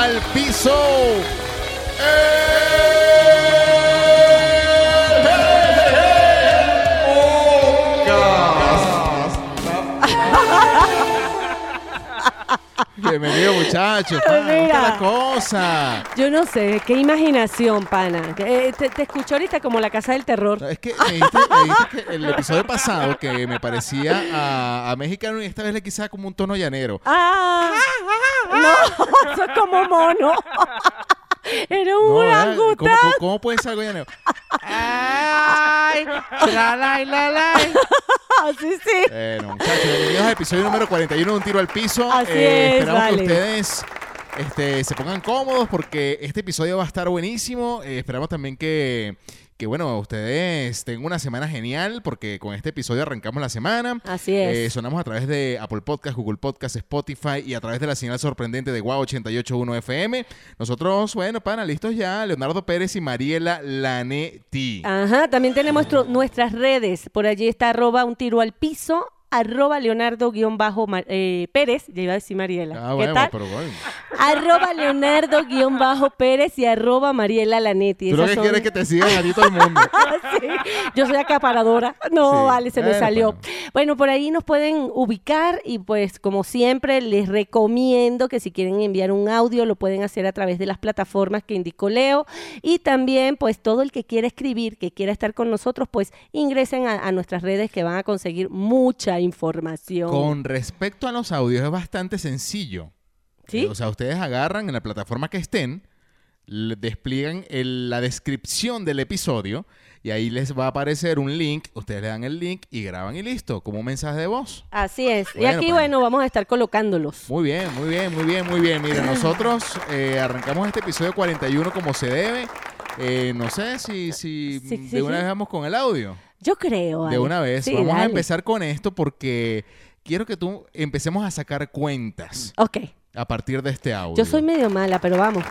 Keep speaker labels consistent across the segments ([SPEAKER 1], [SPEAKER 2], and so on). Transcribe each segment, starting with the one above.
[SPEAKER 1] el piso. Bienvenido muchachos, pana,
[SPEAKER 2] Pues Mira.
[SPEAKER 1] ¿cómo está la cosa?
[SPEAKER 2] Yo no sé, qué imaginación, pana. Eh, te, te escucho ahorita como la casa del terror.
[SPEAKER 1] Es que me dijiste, me dijiste que el episodio pasado que me parecía a, a mexicano y esta vez le quise dar como un tono llanero.
[SPEAKER 2] ¡Ah! No, eso es como mono. Era un
[SPEAKER 1] No, ¿verdad? ¿Cómo,
[SPEAKER 2] orangután.
[SPEAKER 1] cómo, cómo puede ser algo llanero?
[SPEAKER 3] Ay, la la la la.
[SPEAKER 2] Sí, sí.
[SPEAKER 1] Bueno, muchachos, bienvenidos al episodio número 41 de Un Tiro al Piso. Eh,
[SPEAKER 2] Así es,
[SPEAKER 1] Esperamos
[SPEAKER 2] vale.
[SPEAKER 1] que ustedes este, se pongan cómodos porque este episodio va a estar buenísimo. Eh, esperamos también que, que, bueno, ustedes tengan una semana genial porque con este episodio arrancamos la semana.
[SPEAKER 2] Así es.
[SPEAKER 1] Eh, sonamos a través de Apple Podcast, Google Podcast, Spotify y a través de la señal sorprendente de Wow 881 FM. Nosotros, bueno, pana, listos ya. Leonardo Pérez y Mariela Lanetti.
[SPEAKER 2] Ajá, también tenemos tro- nuestras redes. Por allí está arroba un tiro al piso, arroba leonardo guión bajo ma- eh, Pérez, ya iba a decir Mariela.
[SPEAKER 1] Ah,
[SPEAKER 2] ¿Qué
[SPEAKER 1] bueno,
[SPEAKER 2] tal?
[SPEAKER 1] pero bueno.
[SPEAKER 2] Arroba leonardo guión bajo Pérez y arroba Mariela Lanetti.
[SPEAKER 1] Tú lo
[SPEAKER 2] Esas
[SPEAKER 1] que
[SPEAKER 2] son-
[SPEAKER 1] quieres es que te sigan a ti todo el mundo.
[SPEAKER 2] Sí, yo soy acaparadora. No,
[SPEAKER 1] Sí,
[SPEAKER 2] vale, se me
[SPEAKER 1] bueno, pues
[SPEAKER 2] salió.
[SPEAKER 1] bueno.
[SPEAKER 2] Bueno, por ahí nos pueden ubicar y pues como siempre les recomiendo que si quieren enviar un audio lo pueden hacer a través de las plataformas que indicó Leo y también pues todo el que quiera escribir, que quiera estar con nosotros, pues ingresen a, a nuestras redes que van a conseguir mucha información.
[SPEAKER 1] Con respecto a los audios, es bastante sencillo.
[SPEAKER 2] ¿Sí?
[SPEAKER 1] Eh, O sea, ustedes agarran en la plataforma que estén, le- despliegan el- la descripción del episodio y ahí les va a aparecer un link. Ustedes le dan el link y graban y listo, como un mensaje de voz.
[SPEAKER 2] Así es. y
[SPEAKER 1] Bueno,
[SPEAKER 2] aquí,
[SPEAKER 1] pues.
[SPEAKER 2] bueno, vamos a estar colocándolos.
[SPEAKER 1] Muy bien, muy bien, muy bien, muy bien. Mira, nosotros eh, arrancamos este episodio 41 como se debe. Eh, no sé si, si
[SPEAKER 2] Sí, sí,
[SPEAKER 1] de una
[SPEAKER 2] sí.
[SPEAKER 1] vez vamos con el audio.
[SPEAKER 2] Yo creo.
[SPEAKER 1] De
[SPEAKER 2] Ale.
[SPEAKER 1] una vez,
[SPEAKER 2] Sí,
[SPEAKER 1] vamos a
[SPEAKER 2] dale.
[SPEAKER 1] empezar con esto porque quiero que tú empecemos a sacar cuentas
[SPEAKER 2] Ok.
[SPEAKER 1] a partir de este audio.
[SPEAKER 2] Yo soy medio mala, pero vamos.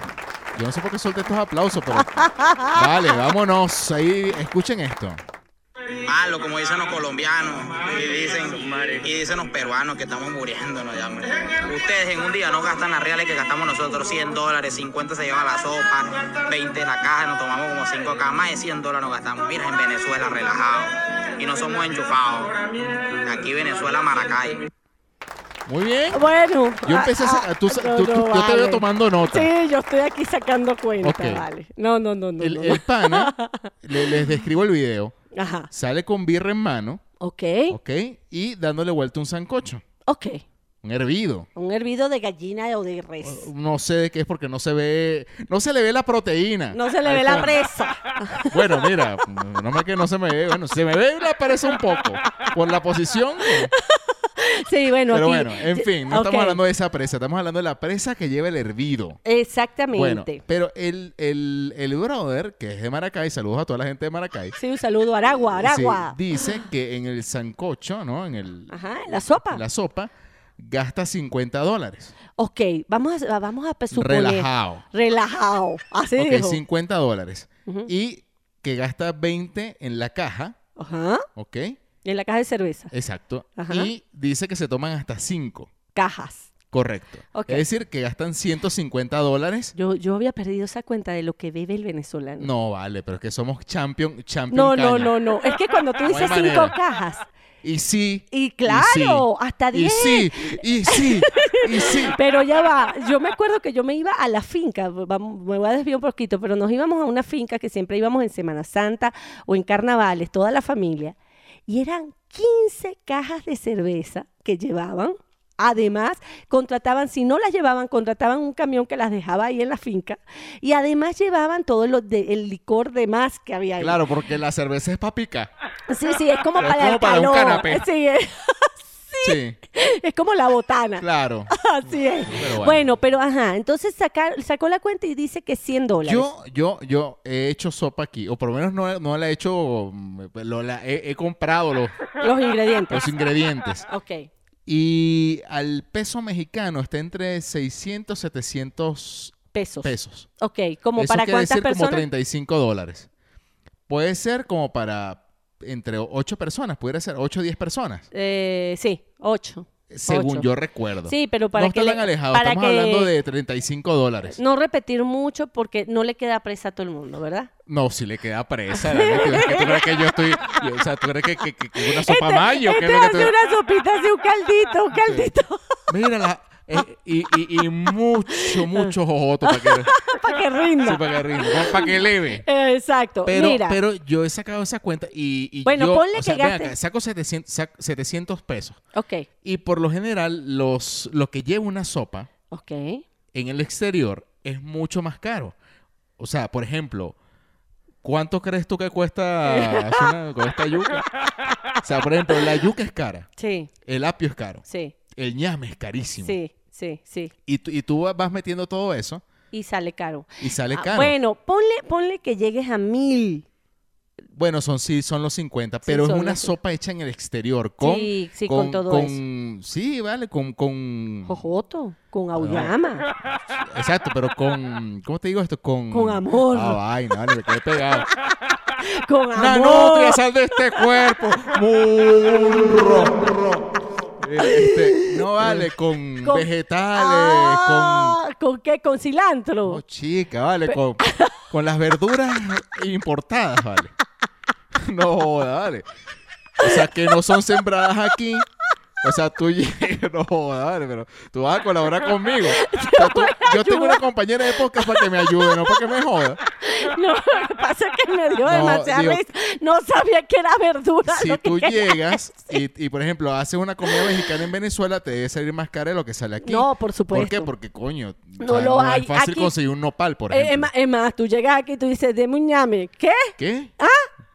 [SPEAKER 1] Yo no sé por qué solté estos aplausos, pero. vale, vámonos. Ahí, escuchen esto.
[SPEAKER 4] malo, como dicen los colombianos y dicen, y dicen los peruanos que estamos muriéndonos ya, hombre. Ustedes en un día no gastan las reales que gastamos nosotros, 100 dólares, 50 se lleva la sopa, 20 la caja, nos tomamos como 5 acá, más de 100 dólares nos gastamos. Mira, en Venezuela relajado y no somos enchufados. Aquí Venezuela, Maracay.
[SPEAKER 1] Muy bien.
[SPEAKER 2] Bueno.
[SPEAKER 1] Yo empecé a.
[SPEAKER 2] ah,
[SPEAKER 1] sa-
[SPEAKER 2] ah,
[SPEAKER 1] tú sa-
[SPEAKER 2] no,
[SPEAKER 1] tú- tú-
[SPEAKER 2] no,
[SPEAKER 1] yo te veo
[SPEAKER 2] vale.
[SPEAKER 1] tomando nota.
[SPEAKER 2] Sí, yo estoy aquí sacando cuenta,
[SPEAKER 1] Ok.
[SPEAKER 2] vale. No, no, no, no.
[SPEAKER 1] El,
[SPEAKER 2] no.
[SPEAKER 1] el pana, le- les describo el video,
[SPEAKER 2] Ajá.
[SPEAKER 1] sale con birra en mano,
[SPEAKER 2] Ok,
[SPEAKER 1] ¿ok? Y dándole vuelta un sancocho,
[SPEAKER 2] ok.
[SPEAKER 1] un hervido.
[SPEAKER 2] Un hervido de gallina o de res.
[SPEAKER 1] No sé de qué es porque no se ve. No se le ve la proteína.
[SPEAKER 2] No se le
[SPEAKER 1] al
[SPEAKER 2] ve la
[SPEAKER 1] pana.
[SPEAKER 2] presa.
[SPEAKER 1] Bueno, mira, no me que no se me ve, bueno, se me ve la pereza un poco por la posición. ¿no?
[SPEAKER 2] Sí, bueno,
[SPEAKER 1] Pero
[SPEAKER 2] aquí-
[SPEAKER 1] bueno, en fin, no
[SPEAKER 2] Ok.
[SPEAKER 1] estamos hablando de esa presa, estamos hablando de la presa que lleva el hervido. Bueno,
[SPEAKER 2] Exactamente.
[SPEAKER 1] pero el, el, el brother, que es de Maracay, saludos a toda la gente de Maracay,
[SPEAKER 2] Sí, un saludo a Aragua, Aragua.
[SPEAKER 1] sí, dice que en el sancocho, ¿no? En el,
[SPEAKER 2] Ajá, la sopa.
[SPEAKER 1] la sopa, gasta 50 dólares.
[SPEAKER 2] Ok, vamos a, vamos a suponer.
[SPEAKER 1] Relajado.
[SPEAKER 2] Relajado. Así
[SPEAKER 1] Ok,
[SPEAKER 2] dijo.
[SPEAKER 1] 50 dólares.
[SPEAKER 2] Ujú.
[SPEAKER 1] Y que gasta 20 en la caja,
[SPEAKER 2] Ajá.
[SPEAKER 1] ¿ok?
[SPEAKER 2] En la caja de cerveza.
[SPEAKER 1] Exacto.
[SPEAKER 2] Ajá.
[SPEAKER 1] Y dice que se toman hasta 5.
[SPEAKER 2] Cajas.
[SPEAKER 1] Correcto.
[SPEAKER 2] Ok.
[SPEAKER 1] Es decir, que gastan 150 dólares.
[SPEAKER 2] Yo, yo había perdido esa cuenta de lo que bebe el venezolano.
[SPEAKER 1] No, vale, pero es que somos champion, champion
[SPEAKER 2] no, no,
[SPEAKER 1] caña.
[SPEAKER 2] no, no. Es que cuando tú
[SPEAKER 1] No hay
[SPEAKER 2] dices cinco
[SPEAKER 1] manera.
[SPEAKER 2] cajas,
[SPEAKER 1] Y sí.
[SPEAKER 2] Y claro, hasta
[SPEAKER 1] Y
[SPEAKER 2] 10.
[SPEAKER 1] sí, y sí, y sí.
[SPEAKER 2] Pero ya va, yo me acuerdo que yo me iba a la finca, vamos- me voy a desviar un poquito, pero nos íbamos a una finca que siempre íbamos en Semana Santa o en carnavales, toda la familia, y eran 15 cajas de cerveza que llevaban. Además, contrataban, si no las llevaban, contrataban un camión que las dejaba ahí en la finca. Y además llevaban todo lo de- el licor de más que había ahí.
[SPEAKER 1] Claro, porque la cerveza es papica.
[SPEAKER 2] Sí, sí, es como
[SPEAKER 1] Es
[SPEAKER 2] para
[SPEAKER 1] como
[SPEAKER 2] el
[SPEAKER 1] para un
[SPEAKER 2] calor.
[SPEAKER 1] canapé.
[SPEAKER 2] Sí, es,
[SPEAKER 1] Sí,
[SPEAKER 2] es como la botana.
[SPEAKER 1] claro.
[SPEAKER 2] Así es.
[SPEAKER 1] Pero
[SPEAKER 2] bueno.
[SPEAKER 1] bueno.
[SPEAKER 2] pero ajá, entonces sacar, sacó la cuenta y dice que 100 dólares.
[SPEAKER 1] Yo, yo, yo he hecho sopa aquí, o por lo menos no, no la he hecho, mm, lo- la- he, he comprado los,
[SPEAKER 2] Los ingredientes.
[SPEAKER 1] los ingredientes.
[SPEAKER 2] Ok.
[SPEAKER 1] Y al peso mexicano está entre 600, 700
[SPEAKER 2] Pesos.
[SPEAKER 1] pesos.
[SPEAKER 2] Ok, como
[SPEAKER 1] Eso
[SPEAKER 2] para
[SPEAKER 1] quiere
[SPEAKER 2] cuántas
[SPEAKER 1] decir como
[SPEAKER 2] personas.
[SPEAKER 1] 35 dólares. Puede ser como para entre 8 personas, pudiera ser 8 o 10 personas.
[SPEAKER 2] Eh, sí, 8.
[SPEAKER 1] según
[SPEAKER 2] Ocho.
[SPEAKER 1] yo recuerdo.
[SPEAKER 2] Sí, pero para
[SPEAKER 1] no
[SPEAKER 2] que
[SPEAKER 1] está
[SPEAKER 2] le-
[SPEAKER 1] tan alejado,
[SPEAKER 2] para
[SPEAKER 1] estamos
[SPEAKER 2] que-
[SPEAKER 1] hablando de 35 dólares.
[SPEAKER 2] No repetir mucho porque no le queda presa a todo el mundo, ¿verdad?
[SPEAKER 1] No, si le queda presa. la neta. Es que ¿Tú crees que yo estoy...? yo- o sea, ¿tú crees que, que, que- que una sopa mayo? que
[SPEAKER 2] Este
[SPEAKER 1] es lo que
[SPEAKER 2] hace
[SPEAKER 1] tú-
[SPEAKER 2] una sopita, hace un caldito, un caldito,
[SPEAKER 1] Mira, la- eh, y, y, y mucho, mucho jojoto para que,
[SPEAKER 2] para que rinda.
[SPEAKER 1] sí, para que rinda, pa- para que leve.
[SPEAKER 2] Eh, Exacto.
[SPEAKER 1] Pero,
[SPEAKER 2] Mira,
[SPEAKER 1] pero yo he sacado esa cuenta y, y
[SPEAKER 2] Bueno,
[SPEAKER 1] yo,
[SPEAKER 2] ponle
[SPEAKER 1] o
[SPEAKER 2] que
[SPEAKER 1] sea, ven
[SPEAKER 2] gaste-
[SPEAKER 1] acá, saco 700, sac- 700 pesos.
[SPEAKER 2] ok,
[SPEAKER 1] Y por lo general, los, lo que lleva una sopa
[SPEAKER 2] ok.
[SPEAKER 1] en el exterior es mucho más caro. O sea, por ejemplo, ¿cuánto crees tú que cuesta, hacer una- con esta yuca? O sea, por ejemplo, la yuca es cara,
[SPEAKER 2] Sí,
[SPEAKER 1] el apio es caro,
[SPEAKER 2] sí,
[SPEAKER 1] el ñame es carísimo.
[SPEAKER 2] sí, sí, sí.
[SPEAKER 1] Y, tú- y tú vas metiendo todo eso
[SPEAKER 2] Y sale caro.
[SPEAKER 1] y sale
[SPEAKER 2] Ah,
[SPEAKER 1] caro. Bueno,
[SPEAKER 2] bueno, ponle, ponle que llegues a mil.
[SPEAKER 1] son sí, son los 50, pero es
[SPEAKER 2] son
[SPEAKER 1] una
[SPEAKER 2] los-
[SPEAKER 1] sopa hecha en el exterior con...
[SPEAKER 2] sí, sí, con, todo eso.
[SPEAKER 1] con- Sí, vale, con... con...
[SPEAKER 2] Jojoto, con auyama.
[SPEAKER 1] Exacto, pero con... ¿Cómo te digo esto? Con...
[SPEAKER 2] Con amor.
[SPEAKER 1] Ah, vaina, vale, me quedé pegado.
[SPEAKER 2] con amor.
[SPEAKER 1] La nutria, sal de este cuerpo. Murro. Este, no vale, con,
[SPEAKER 2] Con-
[SPEAKER 1] vegetales, con...
[SPEAKER 2] Ah, ¿Con qué? ¿Con cilantro?
[SPEAKER 1] Oh, chica, vale, con, con las verduras importadas, vale. No, joda, vale. O sea, que no son sembradas aquí. O sea, tú lle- no joda, vale, pero tú vas a colaborar conmigo. O sea, tú- yo tengo una compañera de podcast para que me ayude, no para que me joda.
[SPEAKER 2] No, lo que pasa es que me dio
[SPEAKER 1] No,
[SPEAKER 2] demasiada
[SPEAKER 1] digo-
[SPEAKER 2] risa. No sabía que era verdura.
[SPEAKER 1] Si
[SPEAKER 2] lo que-
[SPEAKER 1] tú llegas y, y, por ejemplo, haces una comida mexicana en Venezuela, te debe salir más cara de lo que sale aquí.
[SPEAKER 2] No, por supuesto.
[SPEAKER 1] ¿Por qué? Porque, coño, o
[SPEAKER 2] No lo hay.
[SPEAKER 1] es fácil
[SPEAKER 2] Aquí-
[SPEAKER 1] conseguir un nopal, por
[SPEAKER 2] Eh,
[SPEAKER 1] ejemplo.
[SPEAKER 2] es, más, es más, tú llegas aquí y tú dices, deme un ñame. ¿Qué?
[SPEAKER 1] ¿Qué? ¿Ah?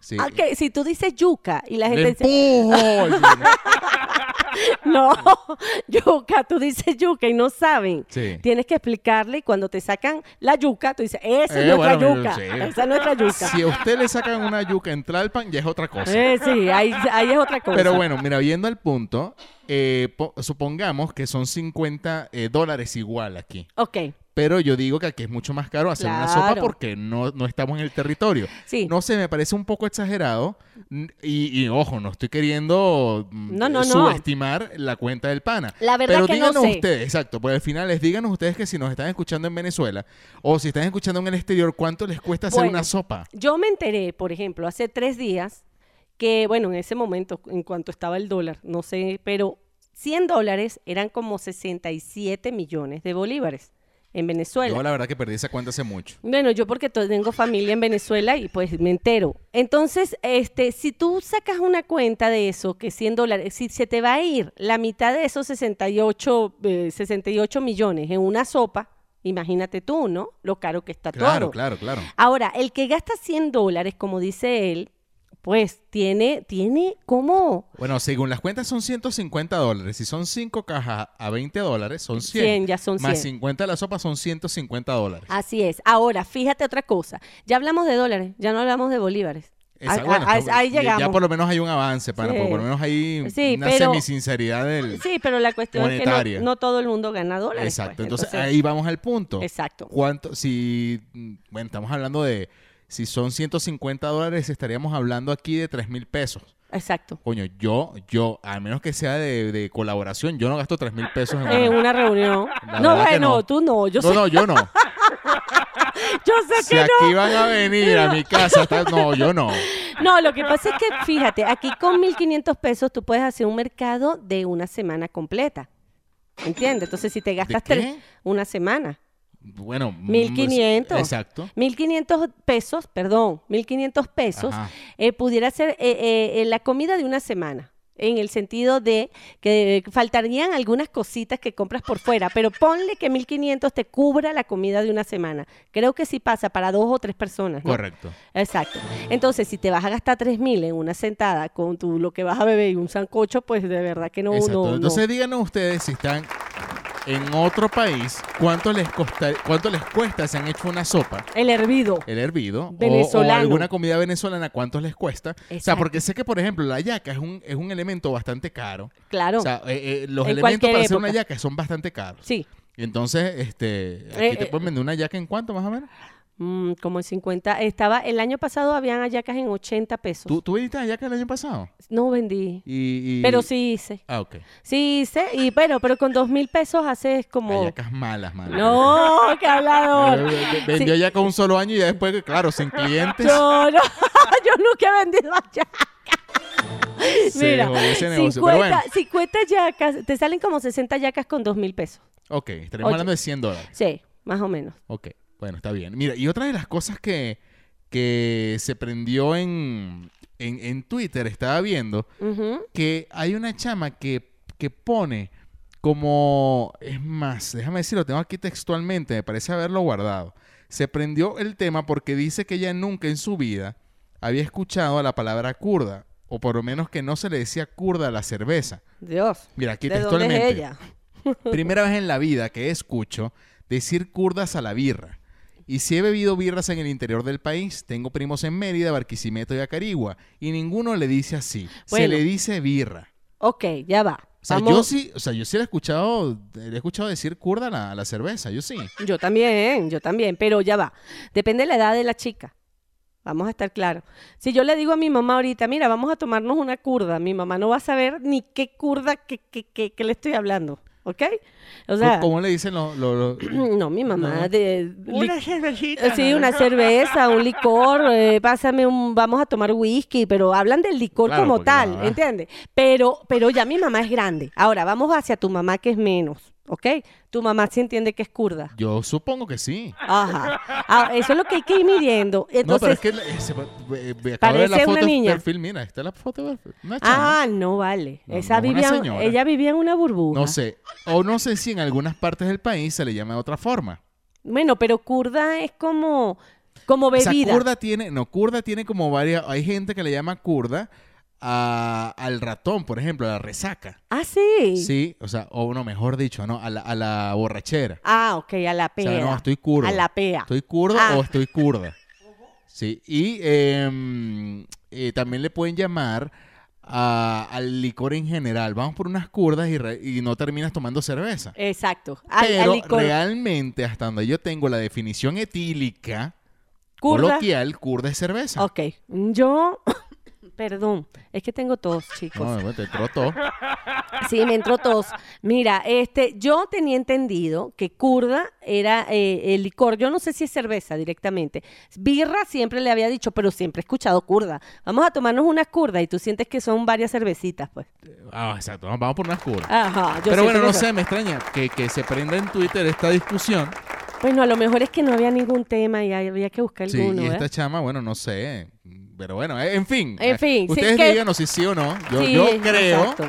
[SPEAKER 1] Sí.
[SPEAKER 2] Ah, que Si tú dices yuca y la
[SPEAKER 1] Le
[SPEAKER 2] gente dice,
[SPEAKER 1] empujo.
[SPEAKER 2] no, yuca, tú dices yuca y no saben.
[SPEAKER 1] Sí.
[SPEAKER 2] Tienes que explicarle y cuando te sacan la yuca, tú dices, esa
[SPEAKER 1] Eh,
[SPEAKER 2] es nuestra
[SPEAKER 1] bueno,
[SPEAKER 2] yuca.
[SPEAKER 1] sí.
[SPEAKER 2] Esa es nuestra yuca.
[SPEAKER 1] Si a usted le sacan una yuca en Tlalpan, ya es otra cosa.
[SPEAKER 2] Eh, sí, ahí, ahí es otra cosa.
[SPEAKER 1] Pero bueno, mira, viendo el punto, eh, po- supongamos que son 50 eh, dólares igual aquí.
[SPEAKER 2] Ok,
[SPEAKER 1] Pero yo digo que aquí es mucho más caro hacer una sopa
[SPEAKER 2] Claro.
[SPEAKER 1] porque no, no estamos en el territorio.
[SPEAKER 2] Sí.
[SPEAKER 1] No sé, me parece un poco exagerado. N- Y, y ojo, no estoy queriendo mm,
[SPEAKER 2] No, no, no.
[SPEAKER 1] subestimar la cuenta del pana.
[SPEAKER 2] La verdad
[SPEAKER 1] Pero
[SPEAKER 2] que no
[SPEAKER 1] díganos
[SPEAKER 2] sé.
[SPEAKER 1] ustedes, exacto, porque al final les díganos ustedes que si nos están escuchando en Venezuela o si están escuchando en el exterior, ¿cuánto les cuesta hacer
[SPEAKER 2] Bueno.
[SPEAKER 1] una sopa?
[SPEAKER 2] yo me enteré, por ejemplo, hace tres días que, bueno, en ese momento, en cuanto estaba el dólar, no sé, pero 100 dólares eran como 67 millones de bolívares en Venezuela.
[SPEAKER 1] Yo la verdad que perdí esa cuenta hace mucho.
[SPEAKER 2] Bueno, yo porque to- tengo familia en Venezuela y pues me entero. Entonces, este, si tú sacas una cuenta de eso, que 100 dólares, si se te va a ir la mitad de esos 68, eh, 68 millones en una sopa, imagínate tú, ¿no? Lo caro que está
[SPEAKER 1] Claro,
[SPEAKER 2] todo.
[SPEAKER 1] claro, claro.
[SPEAKER 2] Ahora, el que gasta 100 dólares, como dice él, pues tiene, tiene como
[SPEAKER 1] Bueno, según las cuentas son 150 dólares. Si son 5 cajas a 20 dólares, son 100.
[SPEAKER 2] 100, ya son Ah,
[SPEAKER 1] Más
[SPEAKER 2] 100.
[SPEAKER 1] 50 de la sopa son 150 dólares.
[SPEAKER 2] Así es. Ahora, fíjate otra cosa. Ya hablamos de dólares, ya no hablamos de bolívares.
[SPEAKER 1] Esa-
[SPEAKER 2] A- a-
[SPEAKER 1] bueno,
[SPEAKER 2] a-
[SPEAKER 1] está-
[SPEAKER 2] ah, ahí
[SPEAKER 1] ya-
[SPEAKER 2] llegamos.
[SPEAKER 1] Ya por lo menos hay un avance, para,
[SPEAKER 2] Sí.
[SPEAKER 1] por lo menos hay
[SPEAKER 2] Sí,
[SPEAKER 1] una
[SPEAKER 2] pero-
[SPEAKER 1] semisinceridad del...
[SPEAKER 2] Sí, pero la cuestión es que
[SPEAKER 1] monetaria.
[SPEAKER 2] no- no, todo el mundo gana dólares.
[SPEAKER 1] Exacto.
[SPEAKER 2] pues.
[SPEAKER 1] Entonces, ahí vamos al punto.
[SPEAKER 2] Exacto.
[SPEAKER 1] ¿Cuánto? Si... mm, Bueno, estamos hablando de... Si son 150 dólares, estaríamos hablando aquí de 3 mil pesos.
[SPEAKER 2] Exacto.
[SPEAKER 1] Coño, yo, yo, al menos que sea de, de colaboración, yo no gasto 3 mil pesos en
[SPEAKER 2] En
[SPEAKER 1] una-
[SPEAKER 2] Eh, una reunión.
[SPEAKER 1] Ah. La
[SPEAKER 2] no,
[SPEAKER 1] verdad que
[SPEAKER 2] bueno,
[SPEAKER 1] no.
[SPEAKER 2] tú no. Yo
[SPEAKER 1] No,
[SPEAKER 2] sé,
[SPEAKER 1] no, yo no.
[SPEAKER 2] yo sé
[SPEAKER 1] Si
[SPEAKER 2] que
[SPEAKER 1] aquí van a venir a mi casa, está- no, yo no.
[SPEAKER 2] no. No, lo que pasa es que, fíjate, aquí con 1.500 pesos tú puedes hacer un mercado de una semana completa. ¿Entiendes? Entonces, si te gastas
[SPEAKER 1] qué?
[SPEAKER 2] tres, una semana.
[SPEAKER 1] Bueno, mm,
[SPEAKER 2] 1500.
[SPEAKER 1] Exacto.
[SPEAKER 2] 1500 pesos, perdón, 1500 pesos,
[SPEAKER 1] Ajá.
[SPEAKER 2] eh, pudiera ser eh, eh, eh, la comida de una semana. En el sentido de que eh, faltarían algunas cositas que compras por fuera, pero ponle que 1500 te cubra la comida de una semana. Creo que sí pasa para dos o tres personas. ¿no?
[SPEAKER 1] Correcto.
[SPEAKER 2] Exacto. Entonces, si te vas a gastar 3000 en una sentada con tu, lo que vas a beber y un sancocho, pues de verdad que no.
[SPEAKER 1] Exacto.
[SPEAKER 2] no- no.
[SPEAKER 1] Entonces díganos ustedes si están en otro país, ¿cuánto les costa, cuánto les cuesta si han hecho una sopa?
[SPEAKER 2] El hervido.
[SPEAKER 1] El hervido o- o,
[SPEAKER 2] Venezolano.
[SPEAKER 1] alguna comida venezolana, ¿cuánto les cuesta? O sea,
[SPEAKER 2] Exacto.
[SPEAKER 1] porque sé que, por ejemplo, la yaca es un, es un elemento bastante caro.
[SPEAKER 2] Claro.
[SPEAKER 1] O sea, eh, eh, los
[SPEAKER 2] En
[SPEAKER 1] elementos
[SPEAKER 2] cualquier
[SPEAKER 1] para hacer una
[SPEAKER 2] época.
[SPEAKER 1] yaca son bastante caros.
[SPEAKER 2] sí.
[SPEAKER 1] Entonces, este, aquí
[SPEAKER 2] Eh,
[SPEAKER 1] te
[SPEAKER 2] eh.
[SPEAKER 1] pueden vender una yaca en cuánto más o menos?
[SPEAKER 2] Mm, como en 50. Estaba, el año pasado habían hallacas en 80 pesos.
[SPEAKER 1] ¿Tú, tú viniste allá que el año pasado?
[SPEAKER 2] No vendí.
[SPEAKER 1] Y, y-
[SPEAKER 2] Pero sí hice.
[SPEAKER 1] Ah, ok.
[SPEAKER 2] Sí hice. Y bueno, pero con dos mil pesos haces como.
[SPEAKER 1] Hallacas malas, malas. eh,
[SPEAKER 2] No, qué hablador.
[SPEAKER 1] Vendió allá con un solo año y ya después, claro, sin clientes.
[SPEAKER 2] Yo no, yo nunca he vendido hallacas.
[SPEAKER 1] Se
[SPEAKER 2] Mira,
[SPEAKER 1] jodió ese negocio,
[SPEAKER 2] 50,
[SPEAKER 1] pero bueno.
[SPEAKER 2] 50 yacas, te salen como 60 yacas con dos mil pesos.
[SPEAKER 1] Ok, estaremos
[SPEAKER 2] Oye.
[SPEAKER 1] hablando de 100 dólares.
[SPEAKER 2] Sí, más o menos.
[SPEAKER 1] Ok, bueno, está bien. Mira, y otra de las cosas que, que se prendió en, en, en Twitter, estaba viendo,
[SPEAKER 2] Ujú.
[SPEAKER 1] que hay una chama que, que pone como, es más, déjame decirlo, tengo aquí textualmente, me parece haberlo guardado. Se prendió el tema porque dice que ella nunca en su vida había escuchado la palabra kurda, o por lo menos que no se le decía kurda a la cerveza.
[SPEAKER 2] Dios.
[SPEAKER 1] Mira, aquí
[SPEAKER 2] ¿De dónde
[SPEAKER 1] textualmente.
[SPEAKER 2] es ella?
[SPEAKER 1] Primera vez en la vida que escucho decir kurdas a la birra. Y si he bebido birras en el interior del país, tengo primos en Mérida, Barquisimeto y Acarigua, y ninguno le dice así. Se
[SPEAKER 2] Bueno.
[SPEAKER 1] le dice birra.
[SPEAKER 2] Ok, ya va.
[SPEAKER 1] O sea, yo
[SPEAKER 2] Vamos-
[SPEAKER 1] sí, o sea, yo sí le he escuchado, le he escuchado decir kurda a la, a la cerveza, yo sí.
[SPEAKER 2] Yo también, yo también, pero ya va. Depende de la edad de la chica. Vamos a estar claros. Si yo le digo a mi mamá ahorita, mira, vamos a tomarnos una curda, mi mamá no va a saber ni qué curda que, que, que- que le estoy hablando, ¿ok? O sea,
[SPEAKER 1] ¿Cómo le dicen los... los- los-
[SPEAKER 2] no, mi mamá
[SPEAKER 1] No.
[SPEAKER 2] de...
[SPEAKER 3] Una
[SPEAKER 2] li-
[SPEAKER 3] cervecita.
[SPEAKER 2] Sí, una cerveza, un licor, eh, pásame un, vamos a tomar whisky, pero hablan del licor
[SPEAKER 1] Claro,
[SPEAKER 2] como
[SPEAKER 1] porque
[SPEAKER 2] tal,
[SPEAKER 1] la-
[SPEAKER 2] ¿entiendes? Pero, pero ya mi mamá es grande. Ahora, vamos hacia tu mamá que es menos, ¿ok? Tu mamá sí entiende que es curda.
[SPEAKER 1] yo supongo que sí.
[SPEAKER 2] Ajá. Ah, eso es lo que hay que ir
[SPEAKER 1] no,
[SPEAKER 2] midiendo.
[SPEAKER 1] pero es
[SPEAKER 2] Entonces,
[SPEAKER 1] que la- ese- eh, eh, acabo de ver la
[SPEAKER 2] Parece
[SPEAKER 1] foto
[SPEAKER 2] una
[SPEAKER 1] de
[SPEAKER 2] niña.
[SPEAKER 1] perfil, mira, esta es la foto de una chama.
[SPEAKER 2] ah, no vale.
[SPEAKER 1] No, no,
[SPEAKER 2] Esa
[SPEAKER 1] una
[SPEAKER 2] vivía,
[SPEAKER 1] señora.
[SPEAKER 2] ella vivía en una burbuja.
[SPEAKER 1] No sé, o no sé si en algunas partes del país se le llama de otra forma.
[SPEAKER 2] Bueno, pero kurda es como, como
[SPEAKER 1] O sea,
[SPEAKER 2] bebida.
[SPEAKER 1] kurda tiene, no, kurda tiene como varias, hay gente que le llama kurda a- al ratón, por ejemplo, a la resaca.
[SPEAKER 2] Ah, sí.
[SPEAKER 1] Sí, o sea, o no, mejor dicho, no, a la, a la borrachera.
[SPEAKER 2] Ah, ok, a la
[SPEAKER 1] O
[SPEAKER 2] pea.
[SPEAKER 1] sea, no, estoy kurda.
[SPEAKER 2] A la pea.
[SPEAKER 1] Estoy kurda
[SPEAKER 2] Ah.
[SPEAKER 1] o estoy kurda. Sí, y em, eh, también le pueden llamar a- al licor en general. Vamos por unas kurdas y, re- y no terminas tomando cerveza.
[SPEAKER 2] Exacto. Al, al
[SPEAKER 1] Pero
[SPEAKER 2] licor.
[SPEAKER 1] realmente, hasta donde yo tengo la definición etílica,
[SPEAKER 2] Kurda.
[SPEAKER 1] coloquial, kurda es cerveza.
[SPEAKER 2] Ok. Yo, perdón, es que tengo tos, chicos.
[SPEAKER 1] No, bueno, te trotó.
[SPEAKER 2] Sí, me entró tos. Mira, este, yo tenía entendido que curda era eh, el licor. Yo no sé si es cerveza directamente. Birra siempre le había dicho, pero siempre he escuchado curda. Vamos a tomarnos unas curdas y tú sientes que son varias cervecitas, pues.
[SPEAKER 1] Ah, exacto. Vamos por unas curvas.
[SPEAKER 2] Ajá. Ah, yo
[SPEAKER 1] Pero bueno,
[SPEAKER 2] siempre
[SPEAKER 1] no
[SPEAKER 2] me-
[SPEAKER 1] sé, me extraña que, que se prenda en Twitter esta discusión.
[SPEAKER 2] Bueno, a lo mejor es que no había ningún tema y hay- había que buscar
[SPEAKER 1] Sí,
[SPEAKER 2] alguno,
[SPEAKER 1] y
[SPEAKER 2] ¿eh?
[SPEAKER 1] esta chama, bueno, no sé. Pero bueno, eh, en fin.
[SPEAKER 2] En
[SPEAKER 1] Eh,
[SPEAKER 2] fin, sí,
[SPEAKER 1] Ustedes
[SPEAKER 2] que-
[SPEAKER 1] díganos si sí o no. Yo,
[SPEAKER 2] Sí,
[SPEAKER 1] yo
[SPEAKER 2] es-
[SPEAKER 1] creo,
[SPEAKER 2] exacto.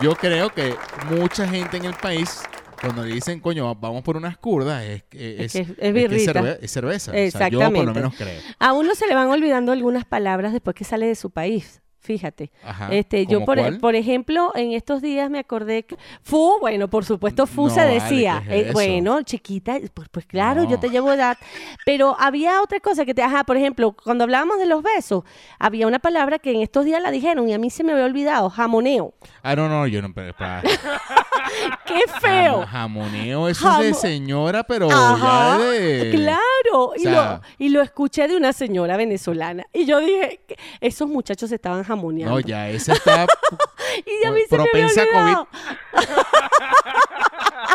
[SPEAKER 1] yo creo que mucha gente en el país, cuando le dicen, coño, vamos por unas curdas, es,
[SPEAKER 2] Es
[SPEAKER 1] es,
[SPEAKER 2] que es- es
[SPEAKER 1] que
[SPEAKER 2] birrita.
[SPEAKER 1] cerve- es cerveza. O sea, yo por
[SPEAKER 2] Exactamente.
[SPEAKER 1] lo menos creo.
[SPEAKER 2] A uno se le van olvidando algunas palabras después que sale de su país. Fíjate.
[SPEAKER 1] Ajá,
[SPEAKER 2] Este, yo
[SPEAKER 1] ¿cómo
[SPEAKER 2] por,
[SPEAKER 1] cuál?
[SPEAKER 2] por ejemplo, en estos días me acordé que fu, bueno, por supuesto fu
[SPEAKER 1] No,
[SPEAKER 2] se
[SPEAKER 1] vale,
[SPEAKER 2] decía,
[SPEAKER 1] ¿qué es
[SPEAKER 2] Eh,
[SPEAKER 1] eso?
[SPEAKER 2] bueno, chiquita, pues, pues claro,
[SPEAKER 1] No.
[SPEAKER 2] yo te llevo edad, pero había otra cosa que te, ajá, por ejemplo, cuando hablábamos de los besos, había una palabra que en estos días la dijeron y a mí se me había olvidado, jamoneo.
[SPEAKER 1] Ah, no, no, yo no. Pero, pa-
[SPEAKER 2] Qué feo.
[SPEAKER 1] jam- Jamoneo, eso es
[SPEAKER 2] Jamo-
[SPEAKER 1] de señora, pero
[SPEAKER 2] Ajá,
[SPEAKER 1] ya de.
[SPEAKER 2] claro. Y,
[SPEAKER 1] sea-
[SPEAKER 2] lo, y lo escuché de una señora venezolana. Y yo dije, "¿Qué? esos muchachos se estaban jamoneando.
[SPEAKER 1] No, ya, esa está
[SPEAKER 2] y a mí se me había
[SPEAKER 1] propensa a
[SPEAKER 2] olvidado.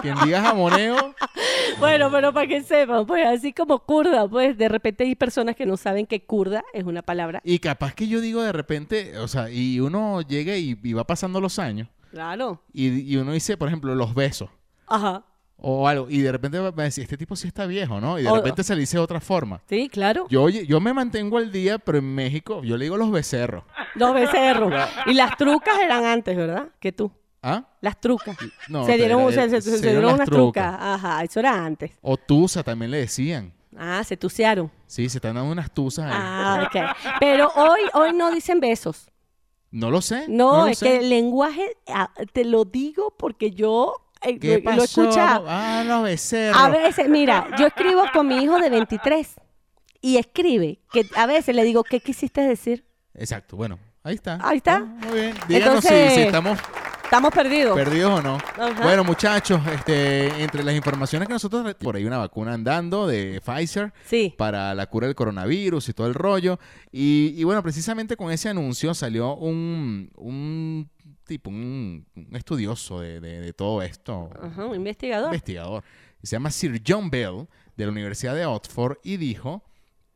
[SPEAKER 1] Quien diga jamoneo,
[SPEAKER 2] Bueno, pero para que sepan, pues así como kurda, pues de repente hay personas que no saben que kurda es una palabra.
[SPEAKER 1] y capaz que yo digo de repente, o sea, y uno llega y, y va pasando los años,
[SPEAKER 2] Claro.
[SPEAKER 1] y, y uno dice, por ejemplo, los besos,
[SPEAKER 2] Ajá.
[SPEAKER 1] o algo, y de repente va va a decir, este tipo sí está viejo, ¿no? Y de
[SPEAKER 2] O-
[SPEAKER 1] repente se le dice de otra forma.
[SPEAKER 2] Sí, claro.
[SPEAKER 1] Yo, oye, yo me mantengo al día, pero en México yo le digo los becerros,
[SPEAKER 2] Los becerros. y las trucas eran antes, ¿verdad? Que tú.
[SPEAKER 1] ¿ah?
[SPEAKER 2] Las trucas.
[SPEAKER 1] No,
[SPEAKER 2] se dieron,
[SPEAKER 1] era- se
[SPEAKER 2] se- se- se
[SPEAKER 1] dieron
[SPEAKER 2] dieron
[SPEAKER 1] las
[SPEAKER 2] unas
[SPEAKER 1] trucas.
[SPEAKER 2] trucas. Ajá, eso era antes.
[SPEAKER 1] O tusa también le decían.
[SPEAKER 2] Ah, se tucearon.
[SPEAKER 1] Sí, se están dando unas tusas ahí.
[SPEAKER 2] Ah, ok. Pero hoy, hoy no dicen besos.
[SPEAKER 1] No lo sé.
[SPEAKER 2] No,
[SPEAKER 1] lo
[SPEAKER 2] es
[SPEAKER 1] sé.
[SPEAKER 2] que el lenguaje, ah, te lo digo porque yo eh,
[SPEAKER 1] ¿Qué
[SPEAKER 2] lo,
[SPEAKER 1] pasó?
[SPEAKER 2] lo he escuchado.
[SPEAKER 1] Ah, los becerros.
[SPEAKER 2] A veces, mira, yo escribo con mi hijo de 23 y escribe que a veces le digo, ¿qué quisiste decir?
[SPEAKER 1] Exacto, bueno, ahí está.
[SPEAKER 2] Ahí está.
[SPEAKER 1] Ah, muy bien. Díganos si- si,
[SPEAKER 2] Entonces-
[SPEAKER 1] estamos
[SPEAKER 2] Estamos perdidos.
[SPEAKER 1] ¿Perdidos o no?
[SPEAKER 2] Ajá.
[SPEAKER 1] Bueno, muchachos, este, entre las informaciones que nosotros tra- por ahí una vacuna andando de Pfizer
[SPEAKER 2] Sí.
[SPEAKER 1] para la cura del coronavirus y todo el rollo. Y, y bueno, precisamente con ese anuncio salió un, un tipo, un, un estudioso de, de- de todo esto,
[SPEAKER 2] Ajá, un investigador.
[SPEAKER 1] investigador. Se llama Sir John Bell de la Universidad de Oxford y dijo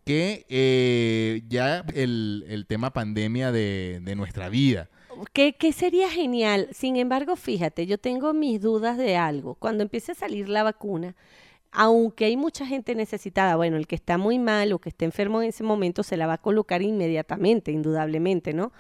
[SPEAKER 1] que eh, ya el, el tema pandemia de, de nuestra vida.
[SPEAKER 2] que, que sería genial. Sin embargo, fíjate, yo tengo mis dudas de algo. Cuando empiece a salir la vacuna, aunque hay mucha gente necesitada, bueno, el que está muy mal o que está enfermo en ese momento se la va a colocar inmediatamente, indudablemente, ¿no?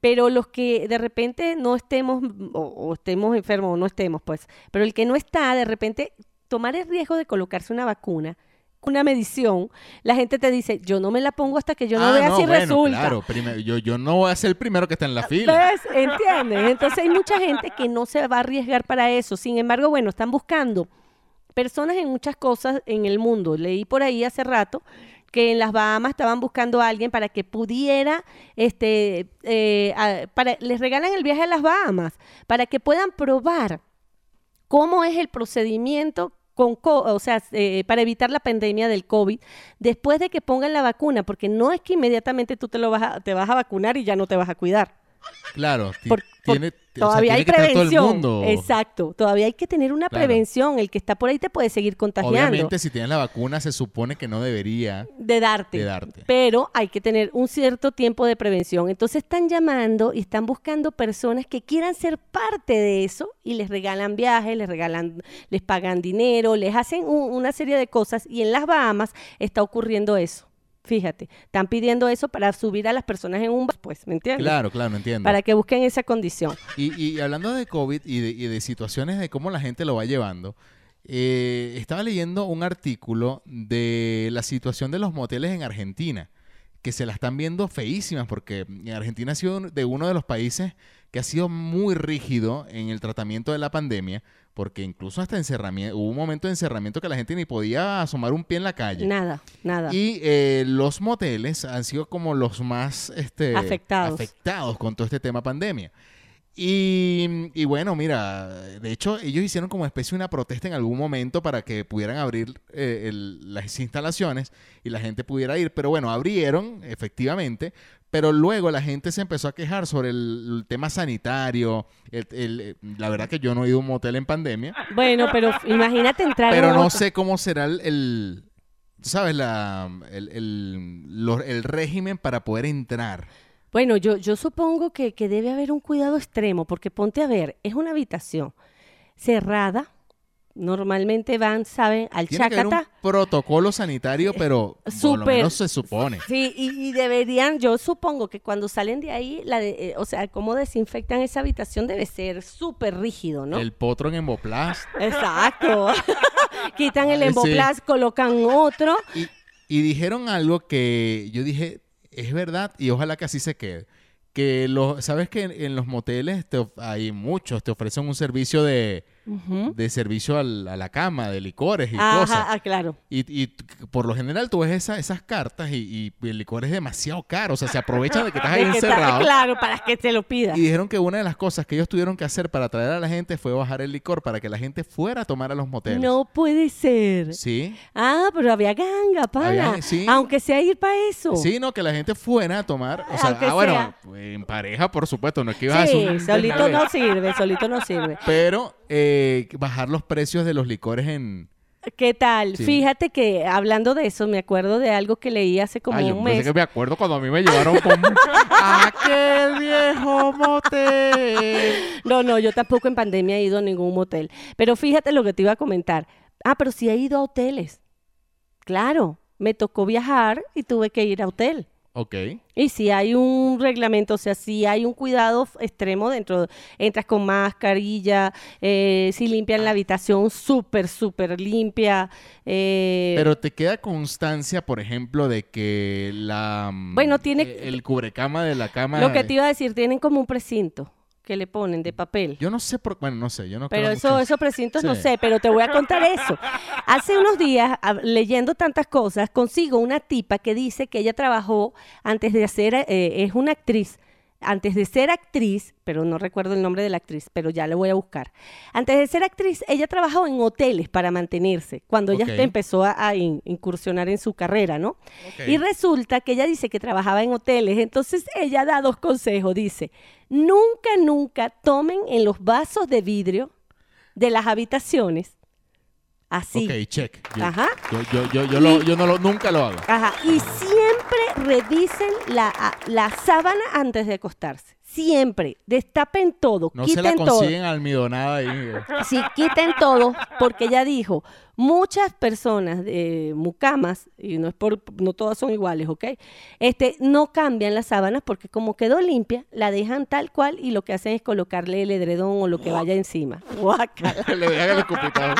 [SPEAKER 2] Pero los que de repente no estemos, o, o estemos enfermos o no estemos, pues, pero el que no está, de repente, tomar el riesgo de colocarse una vacuna, una medición, la gente te dice, yo no me la pongo hasta que yo no
[SPEAKER 1] Ah,
[SPEAKER 2] vea si
[SPEAKER 1] bueno,
[SPEAKER 2] resulta. Ah,
[SPEAKER 1] Claro, Prime- yo, yo no voy a ser el primero que está en la fila.
[SPEAKER 2] ¿Ves? ¿Entiendes? Entonces hay mucha gente que no se va a arriesgar para eso. Sin embargo, bueno, están buscando personas en muchas cosas en el mundo. Leí por ahí hace rato que en las Bahamas estaban buscando a alguien para que pudiera, este, eh, a- para, les regalan el viaje a las Bahamas, para que puedan probar cómo es el procedimiento con co- o sea, eh, para evitar la pandemia del COVID después de que pongan la vacuna, porque no es que inmediatamente tú te, lo vas a- te vas a vacunar y ya no te vas a cuidar.
[SPEAKER 1] Claro, ti-
[SPEAKER 2] Por- por-
[SPEAKER 1] tiene, o sea,
[SPEAKER 2] todavía
[SPEAKER 1] tiene
[SPEAKER 2] hay
[SPEAKER 1] que estar
[SPEAKER 2] prevención.
[SPEAKER 1] todo el mundo.
[SPEAKER 2] Exacto, todavía hay que tener una
[SPEAKER 1] Claro.
[SPEAKER 2] prevención. El que está por ahí te puede seguir contagiando
[SPEAKER 1] Obviamente, si tienes la vacuna, se supone que no debería.
[SPEAKER 2] de darte.
[SPEAKER 1] De darte.
[SPEAKER 2] Pero hay que tener un cierto tiempo de prevención. Entonces están llamando y están buscando personas que quieran ser parte de eso y les regalan viajes, les regalan, les pagan dinero, les hacen un- una serie de cosas y en las Bahamas está ocurriendo eso. Fíjate, están pidiendo eso para subir a las personas en un barco, pues, ¿me entiendes?
[SPEAKER 1] Claro, claro, no entiendo.
[SPEAKER 2] Para que busquen esa condición.
[SPEAKER 1] Y, y hablando de COVID y de, y de situaciones de cómo la gente lo va llevando, eh, estaba leyendo un artículo de la situación de los moteles en Argentina, que se la están viendo feísimas, porque Argentina ha sido un- de uno de los países que ha sido muy rígido en el tratamiento de la pandemia, porque incluso hasta encerramiento, hubo un momento de encerramiento que la gente ni podía asomar un pie en la calle.
[SPEAKER 2] Nada, nada.
[SPEAKER 1] Y eh, los moteles han sido como los más este,
[SPEAKER 2] Afectados.
[SPEAKER 1] afectados con todo este tema pandemia. Y, y bueno, mira, de hecho ellos hicieron como especie de una protesta en algún momento para que pudieran abrir eh, el- las instalaciones y la gente pudiera ir. Pero bueno, abrieron efectivamente, pero luego la gente se empezó a quejar sobre el, el tema sanitario. el- el- eh, la verdad que yo no he ido a un motel en pandemia.
[SPEAKER 2] Bueno, pero f- imagínate entrar
[SPEAKER 1] Pero
[SPEAKER 2] en
[SPEAKER 1] no
[SPEAKER 2] otro.
[SPEAKER 1] sé cómo será el, el- tú ¿sabes? La, el, el- lo- el régimen para poder entrar.
[SPEAKER 2] Bueno, yo, yo supongo que, que debe haber un cuidado extremo, porque ponte a ver, es una habitación cerrada. Normalmente van, saben, al
[SPEAKER 1] Tiene que haber un
[SPEAKER 2] chácata.
[SPEAKER 1] protocolo sanitario, pero por lo
[SPEAKER 2] Eh, súper.
[SPEAKER 1] menos se supone.
[SPEAKER 2] Sí, y, y deberían, yo supongo que cuando salen de ahí, la de- eh, o sea, cómo desinfectan esa habitación debe ser súper rígido, ¿no?
[SPEAKER 1] El potro en Emboplast.
[SPEAKER 2] Exacto. Quitan el
[SPEAKER 1] Sí.
[SPEAKER 2] emboplast, colocan otro.
[SPEAKER 1] Y, y dijeron algo que yo dije, es verdad, y ojalá que así se quede. Que los, sabes que en, en los moteles te of- hay muchos, te ofrecen un servicio de,
[SPEAKER 2] Ujú.
[SPEAKER 1] de servicio al- a la cama, de licores y cosas.
[SPEAKER 2] Ajá, ah, claro.
[SPEAKER 1] Y, y t- por lo general tú ves esa- esas cartas y, y el licor es demasiado caro. O sea, se aprovechan de que estás ahí
[SPEAKER 2] De que está-
[SPEAKER 1] encerrado.
[SPEAKER 2] claro, para que te lo pida.
[SPEAKER 1] Y dijeron que una de las cosas que ellos tuvieron que hacer para atraer a la gente fue bajar el licor para que la gente fuera a tomar a los moteles.
[SPEAKER 2] No puede ser.
[SPEAKER 1] Sí.
[SPEAKER 2] Ah, pero había ganga, pana.
[SPEAKER 1] Había- sí.
[SPEAKER 2] Aunque sea ir para eso.
[SPEAKER 1] Sí, no, que la gente fuera a tomar. O sea,
[SPEAKER 2] Oh. Aunque
[SPEAKER 1] ah, bueno,
[SPEAKER 2] sea.
[SPEAKER 1] en pareja, por supuesto, no es que ibas a
[SPEAKER 2] Sí,
[SPEAKER 1] hacer un-
[SPEAKER 2] solito no sirve, solito no sirve.
[SPEAKER 1] Pero eh, bajar los precios de los licores en.
[SPEAKER 2] ¿Qué tal?
[SPEAKER 1] Sí.
[SPEAKER 2] Fíjate que hablando de eso, me acuerdo de algo que leí hace como
[SPEAKER 1] Ay, yo
[SPEAKER 2] un
[SPEAKER 1] pensé
[SPEAKER 2] mes.
[SPEAKER 1] que me acuerdo cuando a mí me llevaron con
[SPEAKER 3] Aquel viejo motel.
[SPEAKER 2] No, no, yo tampoco en pandemia he ido a ningún motel. Pero fíjate lo que te iba a comentar. Ah, pero sí he ido a hoteles. Claro, me tocó viajar y tuve que ir a hotel.
[SPEAKER 1] Ok.
[SPEAKER 2] Y si hay un reglamento, o sea, si hay un cuidado f- extremo dentro, entras con mascarilla, eh, si limpian la habitación súper, súper limpia. eh,
[SPEAKER 1] Pero te queda constancia, por ejemplo, de que la mm,
[SPEAKER 2] Bueno, tiene-
[SPEAKER 1] eh, el cubrecama de la cama.
[SPEAKER 2] lo que te iba a decir, tienen como un precinto que le ponen de papel.
[SPEAKER 1] Yo no sé por bueno, no sé, yo no
[SPEAKER 2] Pero
[SPEAKER 1] creo
[SPEAKER 2] eso,
[SPEAKER 1] mucho.
[SPEAKER 2] esos precintos no
[SPEAKER 1] Sí.
[SPEAKER 2] sé, pero te voy a contar eso. Hace unos días, a- leyendo tantas cosas, consigo una tipa que dice que ella trabajó antes de hacer, eh, es una actriz, antes de ser actriz, pero no recuerdo el nombre de la actriz, pero ya le voy a buscar. Antes de ser actriz, ella trabajó en hoteles para mantenerse, cuando
[SPEAKER 1] Ok.
[SPEAKER 2] ella empezó a, a in- incursionar en su carrera, ¿no?
[SPEAKER 1] Ok.
[SPEAKER 2] Y resulta que ella dice que trabajaba en hoteles, entonces ella da dos consejos, dice, nunca, nunca tomen en los vasos de vidrio de las habitaciones, así,
[SPEAKER 1] Ok, check. Yo,
[SPEAKER 2] Ajá.
[SPEAKER 1] Yo, yo, yo, yo lo- yo no lo, nunca lo hago.
[SPEAKER 2] Ajá, y siempre revisen la, a- la sábana antes de acostarse. Siempre. Destapen todo.
[SPEAKER 1] No se la
[SPEAKER 2] quiten todo.
[SPEAKER 1] consiguen almidonada ahí. eh.
[SPEAKER 2] Sí, quiten todo, porque ella dijo, muchas personas de mucamas, y no es por, no todas son iguales, ¿ok? Este, no cambian las sábanas porque como quedó limpia, la dejan tal cual y lo que hacen es colocarle el edredón o lo que vaya encima. Guácala.
[SPEAKER 1] Le dejan el escupitajo.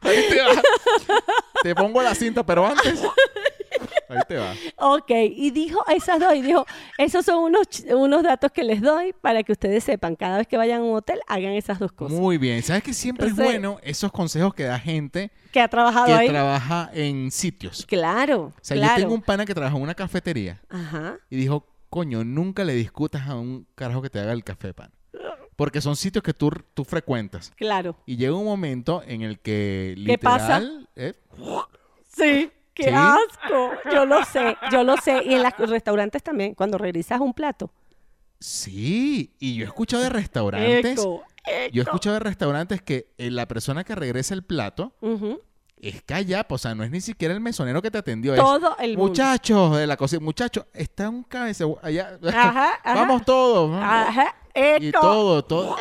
[SPEAKER 1] Ahí te va. Te pongo la cinta, pero antes. Ahí te va.
[SPEAKER 2] Ok, y dijo esas dos, y dijo, esos son unos, ch- unos datos que les doy para que ustedes sepan, cada vez que vayan a un hotel, hagan esas dos cosas.
[SPEAKER 1] Muy bien. ¿Sabes que siempre es
[SPEAKER 2] Pues Entonces- Ah,
[SPEAKER 1] bueno esos consejos que da gente
[SPEAKER 2] que ha trabajado
[SPEAKER 1] que
[SPEAKER 2] ahí.
[SPEAKER 1] trabaja en sitios?
[SPEAKER 2] claro,
[SPEAKER 1] O sea,
[SPEAKER 2] claro.
[SPEAKER 1] yo tengo un pana que trabaja en una cafetería
[SPEAKER 2] Ajá.
[SPEAKER 1] y dijo, coño, nunca le discutas a un carajo que te haga el café, pan. Porque son sitios que tú, tú frecuentas.
[SPEAKER 2] Claro.
[SPEAKER 1] Y llega un momento en el que literal...
[SPEAKER 2] ¿Qué pasa?
[SPEAKER 1] eh,
[SPEAKER 2] Sí, qué
[SPEAKER 1] ¿Sí?
[SPEAKER 2] asco. Yo lo sé, yo lo sé. Y en los restaurantes también, cuando regresas un plato.
[SPEAKER 1] sí, y yo he escuchado de restaurantes...
[SPEAKER 2] Eco, eco.
[SPEAKER 1] Yo he escuchado de restaurantes que eh, la persona que regresa el plato
[SPEAKER 2] Ujú.
[SPEAKER 1] es callapa, o sea, no es ni siquiera el mesonero que te atendió. es,
[SPEAKER 2] Todo el mundo.
[SPEAKER 1] muchachos de la cocina, muchachos, está un cabeza allá.
[SPEAKER 2] Ajá, ajá.
[SPEAKER 1] Vamos todos. vamos.
[SPEAKER 2] Ajá,
[SPEAKER 1] Y
[SPEAKER 2] eco.
[SPEAKER 1] todo, todo.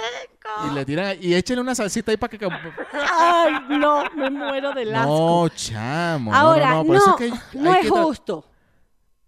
[SPEAKER 1] Y le tiran y échenle una salsita ahí para que cam-
[SPEAKER 2] Ay, no, me muero del asco.
[SPEAKER 1] No, chamo. no,
[SPEAKER 2] Ahora,
[SPEAKER 1] no, no,
[SPEAKER 2] no, no,
[SPEAKER 1] por eso es, que hay- hay que
[SPEAKER 2] es
[SPEAKER 1] tra-
[SPEAKER 2] justo.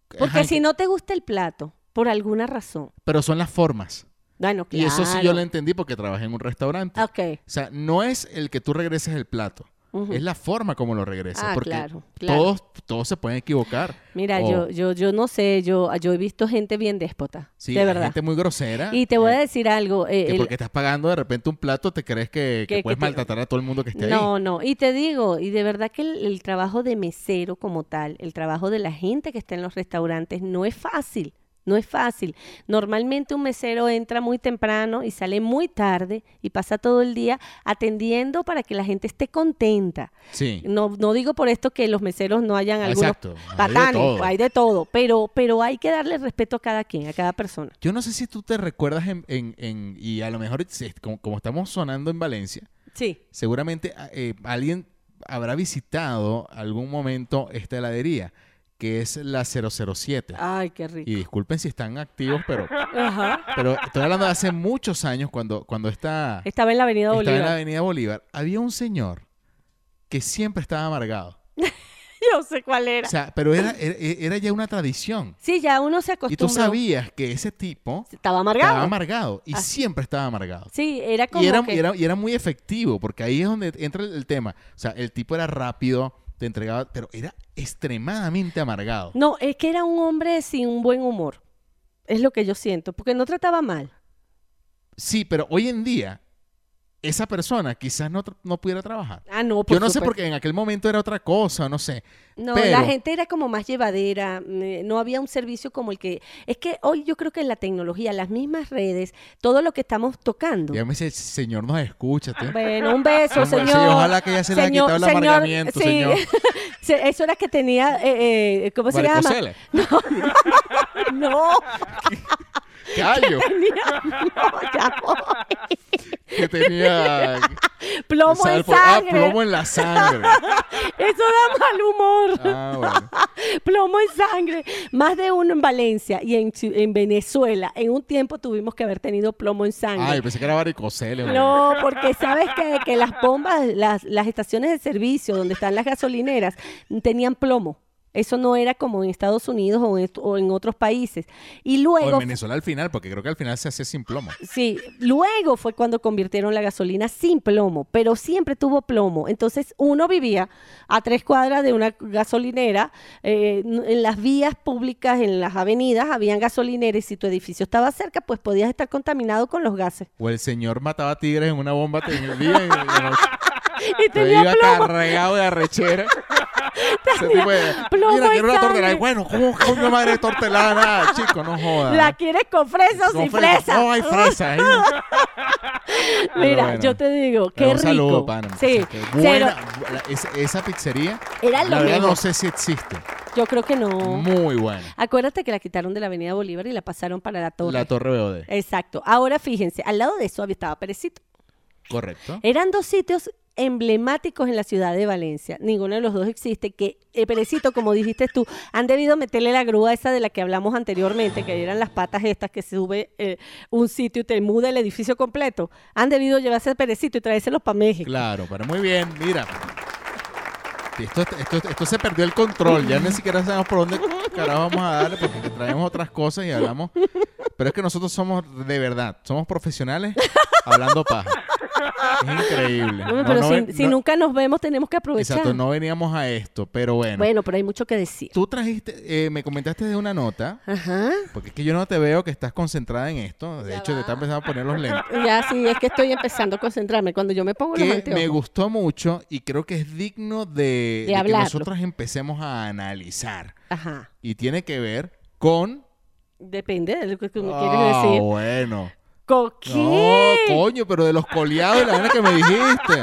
[SPEAKER 1] Ajá,
[SPEAKER 2] Porque
[SPEAKER 1] hay
[SPEAKER 2] si
[SPEAKER 1] que-
[SPEAKER 2] no te gusta el plato, por alguna razón.
[SPEAKER 1] Pero son las formas.
[SPEAKER 2] Bueno, claro.
[SPEAKER 1] Y eso sí yo lo entendí porque trabajé en un restaurante.
[SPEAKER 2] Ok.
[SPEAKER 1] O sea, no es el que tú regreses el plato.
[SPEAKER 2] Ujú.
[SPEAKER 1] Es la forma como lo regresas.
[SPEAKER 2] Ah,
[SPEAKER 1] porque
[SPEAKER 2] claro, claro.
[SPEAKER 1] Todos, todos se pueden equivocar.
[SPEAKER 2] Mira,
[SPEAKER 1] O-
[SPEAKER 2] yo, yo, yo no sé, yo, yo he visto gente bien déspota.
[SPEAKER 1] sí,
[SPEAKER 2] de
[SPEAKER 1] hay
[SPEAKER 2] verdad.
[SPEAKER 1] gente muy grosera.
[SPEAKER 2] Y te voy a
[SPEAKER 1] eh,
[SPEAKER 2] decir algo. eh,
[SPEAKER 1] que
[SPEAKER 2] el-
[SPEAKER 1] porque estás pagando de repente un plato, te crees que, que
[SPEAKER 2] que-
[SPEAKER 1] puedes
[SPEAKER 2] que te-
[SPEAKER 1] maltratar a todo el mundo que esté ahí.
[SPEAKER 2] No, no, y te digo, y de verdad que el, el trabajo de mesero como tal, el trabajo de la gente que está en los restaurantes no es fácil, no es fácil. Normalmente un mesero entra muy temprano y sale muy tarde y pasa todo el día atendiendo para que la gente esté contenta.
[SPEAKER 1] Sí. Ah,
[SPEAKER 2] No, no digo por esto que los meseros no hayan algunos
[SPEAKER 1] Exacto, hay de
[SPEAKER 2] patanes,
[SPEAKER 1] todo.
[SPEAKER 2] hay de todo, pero, pero hay que darle respeto a cada quien, a cada persona.
[SPEAKER 1] Yo no sé si tú te recuerdas en, en- en- y a lo mejor si- como, como estamos sonando en Valencia,
[SPEAKER 2] Sí.
[SPEAKER 1] seguramente a- eh, alguien habrá visitado algún momento esta heladería, que es la 007.
[SPEAKER 2] Ay, qué Ah, rico.
[SPEAKER 1] Y disculpen si están activos, pero,
[SPEAKER 2] Ajá.
[SPEAKER 1] pero estoy hablando de hace muchos años cuando, cuando esta...
[SPEAKER 2] Estaba en la Avenida
[SPEAKER 1] Estaba
[SPEAKER 2] Bolívar.
[SPEAKER 1] en la Avenida Bolívar. Había un señor que siempre estaba amargado.
[SPEAKER 2] Yo sé cuál era.
[SPEAKER 1] O sea, pero era, era, era ya una tradición.
[SPEAKER 2] Sí, ya uno se
[SPEAKER 1] Y
[SPEAKER 2] acostumbra.
[SPEAKER 1] tú sabías que ese tipo
[SPEAKER 2] Estaba amargado.
[SPEAKER 1] estaba amargado y
[SPEAKER 2] Ah.
[SPEAKER 1] siempre estaba amargado.
[SPEAKER 2] Sí, era como
[SPEAKER 1] Y era,
[SPEAKER 2] que...
[SPEAKER 1] y era- y era muy efectivo, porque ahí es donde entra el, el tema. O sea, el tipo era rápido, te entregaba, pero era extremadamente amargado.
[SPEAKER 2] No, es que era un hombre sin un buen humor. Es lo que yo siento, porque no trataba mal.
[SPEAKER 1] Sí, pero hoy en día, esa persona quizás no, tra- no pudiera trabajar.
[SPEAKER 2] Ah, no, por
[SPEAKER 1] Yo no sé
[SPEAKER 2] supuesto.
[SPEAKER 1] porque en aquel momento era otra cosa, no sé.
[SPEAKER 2] No,
[SPEAKER 1] pero-
[SPEAKER 2] la gente era como más llevadera, mm, no había un servicio como el que... Es que hoy yo creo que en la tecnología, las mismas redes, todo lo que estamos tocando...
[SPEAKER 1] Dígame si el señor nos escucha. ¿tú?
[SPEAKER 2] Ah, Bueno, un beso,
[SPEAKER 1] Hombre, sí,
[SPEAKER 2] señor.
[SPEAKER 1] ojalá que ya se le haya
[SPEAKER 2] Señor-
[SPEAKER 1] quitado el
[SPEAKER 2] señor,
[SPEAKER 1] amargamiento,
[SPEAKER 2] sí.
[SPEAKER 1] señor.
[SPEAKER 2] Se- Eso era que tenía, eh, eh, ¿cómo se llama?
[SPEAKER 1] Varicocele.
[SPEAKER 2] No,
[SPEAKER 1] Callo.
[SPEAKER 2] tenía, no, ya voy.
[SPEAKER 1] que tenía
[SPEAKER 2] Plomo en
[SPEAKER 1] sal por- ah,
[SPEAKER 2] sangre.
[SPEAKER 1] plomo en la sangre.
[SPEAKER 2] Eso da mal humor.
[SPEAKER 1] Ah, bueno.
[SPEAKER 2] Plomo en sangre. Más de uno en Valencia y en, Chi- en Venezuela. En un tiempo tuvimos que haber tenido plomo en sangre.
[SPEAKER 1] Ay, pensé que era varicocele. hombre.
[SPEAKER 2] no, porque sabes qué? que las bombas, las, las estaciones de servicio donde están las gasolineras, tenían plomo. Eso no era como en Estados Unidos o en, est- o en otros países.
[SPEAKER 1] O
[SPEAKER 2] Y
[SPEAKER 1] en
[SPEAKER 2] luego,
[SPEAKER 1] Venezuela al final, porque creo que al final se hace sin plomo.
[SPEAKER 2] sí, luego fue cuando convirtieron la gasolina sin plomo, pero siempre tuvo plomo. Entonces uno vivía a tres cuadras de una gasolinera, eh, n- en las vías públicas, en las avenidas, habían gasolineras y si tu edificio estaba cerca, pues podías estar contaminado con los gases.
[SPEAKER 1] O el señor mataba tigres en una bomba en el día y en la noche.
[SPEAKER 2] Y
[SPEAKER 1] Pero
[SPEAKER 2] tenía
[SPEAKER 1] iba
[SPEAKER 2] plomo.
[SPEAKER 1] cargado de arrechera. Ese tipo de,
[SPEAKER 2] plomo
[SPEAKER 1] mira,
[SPEAKER 2] y
[SPEAKER 1] quiero una
[SPEAKER 2] sangre.
[SPEAKER 1] tortelana. Y Bueno, ¿cómo coño madre de tortelana? Chico, no jodas.
[SPEAKER 2] ¿La quieres con fresa o
[SPEAKER 1] ah. Con
[SPEAKER 2] sin
[SPEAKER 1] fresa.
[SPEAKER 2] fresa?
[SPEAKER 1] No hay fresa. ahí. Pero
[SPEAKER 2] Mira,
[SPEAKER 1] bueno.
[SPEAKER 2] yo te digo, qué
[SPEAKER 1] Pero un
[SPEAKER 2] rico.
[SPEAKER 1] saludo, pana.
[SPEAKER 2] sí,
[SPEAKER 1] Qué
[SPEAKER 2] cero.
[SPEAKER 1] buena. la- es- esa pizzería,
[SPEAKER 2] Era
[SPEAKER 1] la
[SPEAKER 2] lo
[SPEAKER 1] verdad
[SPEAKER 2] mismo.
[SPEAKER 1] no sé si existe.
[SPEAKER 2] Yo creo que no.
[SPEAKER 1] Muy buena.
[SPEAKER 2] Acuérdate que la quitaron de la Avenida Bolívar y la pasaron para la torre.
[SPEAKER 1] La Torre BOD.
[SPEAKER 2] Exacto. Ahora fíjense, al lado de eso había- estaba Perecito.
[SPEAKER 1] Correcto.
[SPEAKER 2] Eran dos sitios emblemáticos en la ciudad de Valencia. Ninguno de los dos existe. Que eh, Perecito, como dijiste tú, han debido meterle la grúa esa de la que hablamos anteriormente, que eran las patas estas que sube eh, un sitio y te muda el edificio completo. Han debido llevarse a Perecito y traérselos para México.
[SPEAKER 1] Claro, pero muy bien, mira. Esto, esto, esto se perdió el control, ya ni siquiera sabemos por dónde carajo vamos a darle porque te traemos otras cosas y hablamos. Pero es que nosotros somos de verdad, somos profesionales hablando paja. Es increíble.
[SPEAKER 2] Bueno,
[SPEAKER 1] No,
[SPEAKER 2] pero
[SPEAKER 1] no
[SPEAKER 2] si,
[SPEAKER 1] ven-
[SPEAKER 2] si
[SPEAKER 1] no-
[SPEAKER 2] nunca nos vemos, tenemos que aprovechar.
[SPEAKER 1] Exacto, no veníamos a esto, pero bueno.
[SPEAKER 2] Bueno, pero hay mucho que decir.
[SPEAKER 1] Tú trajiste, eh, me comentaste de una nota,
[SPEAKER 2] Ajá.
[SPEAKER 1] porque es que yo no te veo que estás concentrada en esto. De
[SPEAKER 2] Ya
[SPEAKER 1] hecho,
[SPEAKER 2] va.
[SPEAKER 1] te estás empezando a poner los lentes.
[SPEAKER 2] Ya sí, es que estoy empezando a concentrarme. Cuando yo me pongo los
[SPEAKER 1] que me
[SPEAKER 2] anteojos.
[SPEAKER 1] gustó mucho y creo que es digno de, de que
[SPEAKER 2] hablarlo.
[SPEAKER 1] nosotros empecemos a analizar.
[SPEAKER 2] Ajá.
[SPEAKER 1] Y tiene que ver con...
[SPEAKER 2] Depende de lo que tú me quieres
[SPEAKER 1] Ah,
[SPEAKER 2] decir.
[SPEAKER 1] bueno.
[SPEAKER 2] ¿Con qué?
[SPEAKER 1] No, coño, pero de los coleados y la vaina que me dijiste.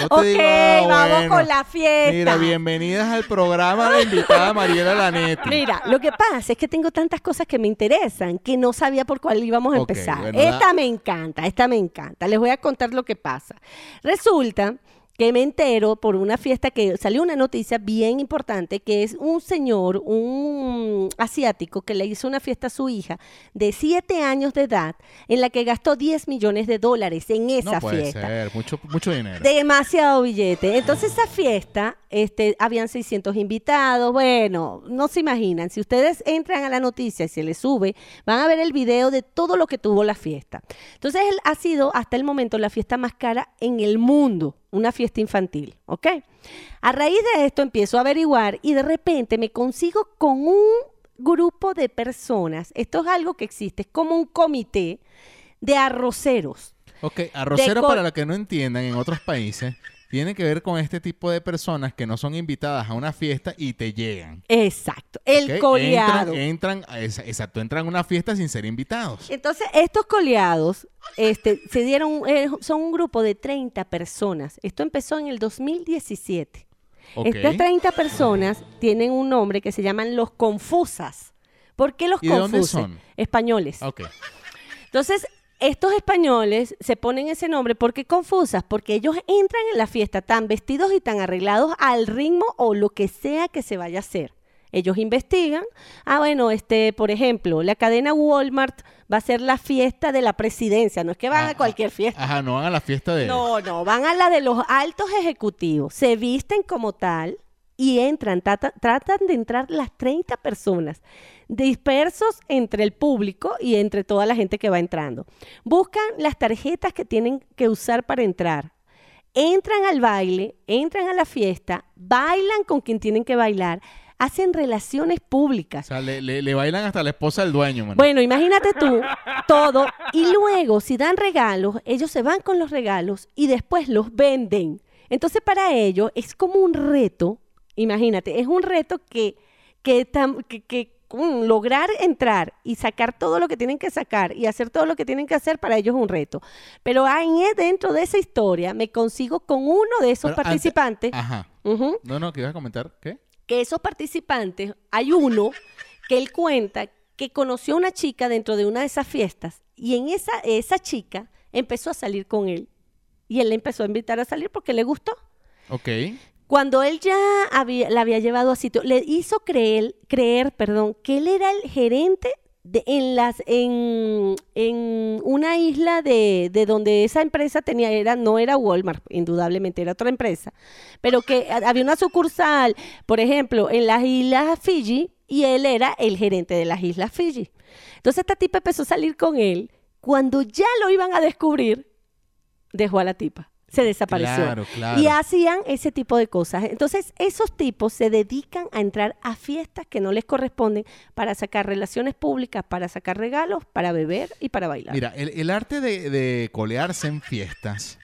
[SPEAKER 1] No te
[SPEAKER 2] ok,
[SPEAKER 1] digo, ah,
[SPEAKER 2] vamos
[SPEAKER 1] bueno.
[SPEAKER 2] con la fiesta.
[SPEAKER 1] Mira, bienvenidas al programa de la invitada Mariela Lanetti.
[SPEAKER 2] Mira, lo que pasa es que tengo tantas cosas que me interesan que no sabía por cuál íbamos a
[SPEAKER 1] Ok,
[SPEAKER 2] empezar.
[SPEAKER 1] bueno,
[SPEAKER 2] esta
[SPEAKER 1] da-
[SPEAKER 2] me encanta, esta me encanta. Les voy a contar lo que pasa. Resulta que me entero por una fiesta que salió una noticia bien importante que es un señor, un asiático que le hizo una fiesta a su hija de 7 años de edad en la que gastó 10 millones de dólares en esa
[SPEAKER 1] no puede
[SPEAKER 2] fiesta.
[SPEAKER 1] ser, mucho, mucho dinero.
[SPEAKER 2] Demasiado billete. Entonces esa fiesta, este, habían 600 invitados. Bueno, no se imaginan. Si ustedes entran a la noticia y se les sube, van a ver el video de todo lo que tuvo la fiesta. Entonces él ha sido hasta el momento la fiesta más cara en el mundo, una fiesta infantil, ¿ok? A raíz de esto empiezo a averiguar y de repente me consigo con un grupo de personas. Esto es algo que existe, es como un comité de arroceros.
[SPEAKER 1] Ok, arrocero
[SPEAKER 2] co-
[SPEAKER 1] para los que no entiendan en otros países, tiene que ver con este tipo de personas que no son invitadas a una fiesta y te llegan.
[SPEAKER 2] Exacto, el
[SPEAKER 1] Ok,
[SPEAKER 2] coleado.
[SPEAKER 1] Entran, entran, es- exacto, entran a una fiesta sin ser invitados.
[SPEAKER 2] Entonces, estos coleados este, se dieron, eh, son un grupo de 30 personas. Esto empezó en el 2017.
[SPEAKER 1] Ok.
[SPEAKER 2] Estas 30 personas tienen un nombre que se llaman los confusas. ¿Por qué los
[SPEAKER 1] ¿Y de dónde
[SPEAKER 2] confuses?
[SPEAKER 1] son? Ah,
[SPEAKER 2] Españoles.
[SPEAKER 1] Ok.
[SPEAKER 2] Entonces, estos españoles se ponen ese nombre porque confusas, porque ellos entran en la fiesta tan vestidos y tan arreglados al ritmo o lo que sea que se vaya a hacer. Ellos investigan. Ah, bueno, este, por ejemplo, la cadena Walmart va a ser la fiesta de la presidencia. No es que van a
[SPEAKER 1] Ah,
[SPEAKER 2] cualquier fiesta.
[SPEAKER 1] Ajá, no van a la fiesta de...
[SPEAKER 2] No, no, van a la de los altos ejecutivos, se visten como tal y entran, trata- tratan de entrar las 30 personas dispersos entre el público y entre toda la gente que va entrando. Buscan las tarjetas que tienen que usar para entrar. Entran al baile, entran a la fiesta, bailan con quien tienen que bailar, hacen relaciones
[SPEAKER 1] O
[SPEAKER 2] públicas.
[SPEAKER 1] sea, le, le- le bailan hasta la esposa del dueño, mano.
[SPEAKER 2] Bueno, imagínate tú todo y luego si dan regalos, ellos se van con los regalos y después los venden. Entonces para ellos es como un reto, imagínate, es un reto que, que, tam- que- que, mm, lograr entrar y sacar todo lo que tienen que sacar y hacer todo lo que tienen que hacer para ellos es un reto. Pero ahí e, dentro de esa historia me consigo con uno de esos
[SPEAKER 1] Pero antes-
[SPEAKER 2] participantes.
[SPEAKER 1] Ajá.
[SPEAKER 2] Ujú
[SPEAKER 1] No, no, que ibas a comentar, ¿qué?
[SPEAKER 2] que esos participantes, hay uno que él cuenta que conoció a una chica dentro de una de esas fiestas y en esa, esa chica empezó a salir con él. Y él le empezó a invitar a salir porque le gustó.
[SPEAKER 1] Ok.
[SPEAKER 2] Cuando él ya había- la había llevado a sitio, le hizo creer, creer perdón, que él era el gerente de, en, las, en, en una isla de, de donde esa empresa tenía, era, no era Walmart, indudablemente, era otra empresa, pero que ha- había una sucursal, por ejemplo, en las islas Fiji, y él era el gerente de las islas Fiji. Entonces esta tipa empezó a salir con él. Cuando ya lo iban a descubrir, dejó a la tipa. Se desapareció.
[SPEAKER 1] Claro, claro.
[SPEAKER 2] Y hacían ese tipo de cosas. Entonces, esos tipos se dedican a entrar a fiestas que no les corresponden para sacar relaciones públicas, para sacar regalos, para beber y para bailar.
[SPEAKER 1] Mira, el, el arte de, de colearse en fiestas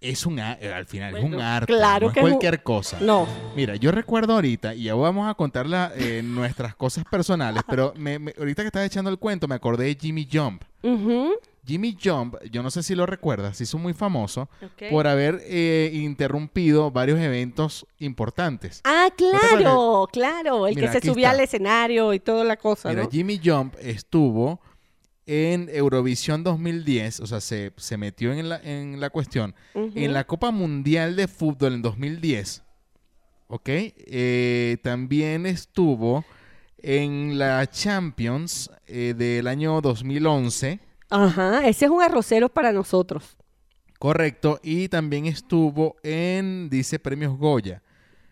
[SPEAKER 1] es un a- eh, al final es un
[SPEAKER 2] Bueno,
[SPEAKER 1] arte,
[SPEAKER 2] claro
[SPEAKER 1] no
[SPEAKER 2] que
[SPEAKER 1] es
[SPEAKER 2] es un-
[SPEAKER 1] cualquier cosa.
[SPEAKER 2] No.
[SPEAKER 1] Mira, yo recuerdo ahorita, y ya vamos a contar la- eh, nuestras cosas personales, pero me- me- ahorita que estaba echando el cuento me acordé de Jimmy Jump.
[SPEAKER 2] Ujú.
[SPEAKER 1] Jimmy Jump, yo no sé si lo recuerdas, se hizo muy famoso
[SPEAKER 2] Ok.
[SPEAKER 1] por haber eh, interrumpido varios eventos importantes.
[SPEAKER 2] Ah,
[SPEAKER 1] acuerdas?
[SPEAKER 2] claro, claro. El
[SPEAKER 1] Mira,
[SPEAKER 2] que se
[SPEAKER 1] aquí
[SPEAKER 2] subía
[SPEAKER 1] está.
[SPEAKER 2] al escenario y toda la cosa,
[SPEAKER 1] Mira,
[SPEAKER 2] ¿no?
[SPEAKER 1] Jimmy Jump estuvo en Eurovisión 2010, o sea, se, se metió en la, en la cuestión,
[SPEAKER 2] Ujú.
[SPEAKER 1] en la Copa Mundial de Fútbol en 2010, ¿ok? Eh, también estuvo en la Champions eh, del año 2011,
[SPEAKER 2] Ajá, ese es un arrocero para nosotros.
[SPEAKER 1] correcto, y también estuvo en, dice, Premios Goya.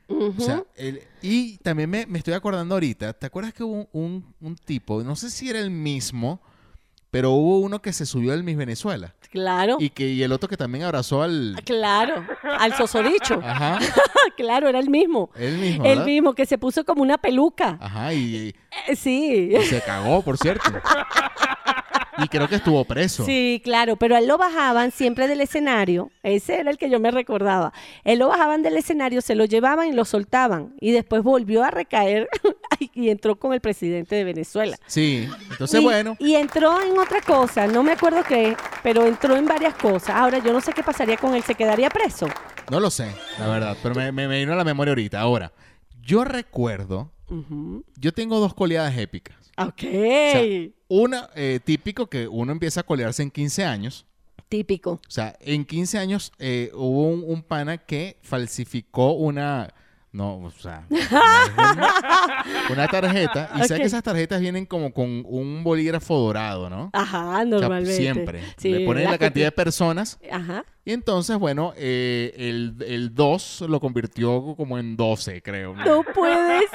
[SPEAKER 2] Ujú.
[SPEAKER 1] O sea, el- y también me, me estoy acordando ahorita, ¿te acuerdas que hubo un, un- un tipo, no sé si era el mismo, pero hubo uno que se subió al Miss Venezuela
[SPEAKER 2] claro,
[SPEAKER 1] y que y el otro que también abrazó al...
[SPEAKER 2] claro. Al sosodicho.
[SPEAKER 1] Ajá,
[SPEAKER 2] claro, era el mismo.
[SPEAKER 1] él Ah. mismo.
[SPEAKER 2] El
[SPEAKER 1] ¿verdad? Ah.
[SPEAKER 2] mismo que se puso como una peluca.
[SPEAKER 1] Ajá, y,
[SPEAKER 2] Eh, sí.
[SPEAKER 1] y se cagó, por cierto. Y creo que estuvo preso.
[SPEAKER 2] Sí, claro, pero a él lo bajaban siempre del escenario. Ese era el que yo me recordaba. Él lo bajaban del escenario, se lo llevaban y lo soltaban. Y después volvió a recaer y entró con el presidente de Venezuela.
[SPEAKER 1] Sí, entonces
[SPEAKER 2] y,
[SPEAKER 1] bueno,
[SPEAKER 2] Y entró en otra cosa, no me acuerdo qué, pero entró en varias cosas. Ahora, yo no sé qué pasaría con él, ¿se quedaría preso?
[SPEAKER 1] no lo sé, la verdad, pero me, me, me vino a la memoria ahorita. Ahora, yo recuerdo,
[SPEAKER 2] Ujú.
[SPEAKER 1] yo tengo dos coleadas épicas.
[SPEAKER 2] Ok.
[SPEAKER 1] O sea, una, eh, típico que uno empieza a colearse en 15 años.
[SPEAKER 2] Típico.
[SPEAKER 1] O sea, en 15 años eh, hubo un, un pana que falsificó una. No, o sea. una- Una tarjeta. Y sabes
[SPEAKER 2] Ok.
[SPEAKER 1] que esas tarjetas vienen como con un bolígrafo dorado, ¿no?
[SPEAKER 2] Ajá,
[SPEAKER 1] O sea,
[SPEAKER 2] normalmente.
[SPEAKER 1] siempre.
[SPEAKER 2] Sí,
[SPEAKER 1] Le ponen
[SPEAKER 2] las
[SPEAKER 1] la
[SPEAKER 2] que
[SPEAKER 1] cantidad de personas.
[SPEAKER 2] ti- Ajá.
[SPEAKER 1] Y entonces, bueno, eh, el, el 2 lo convirtió como en 12, creo.
[SPEAKER 2] No puede
[SPEAKER 1] Y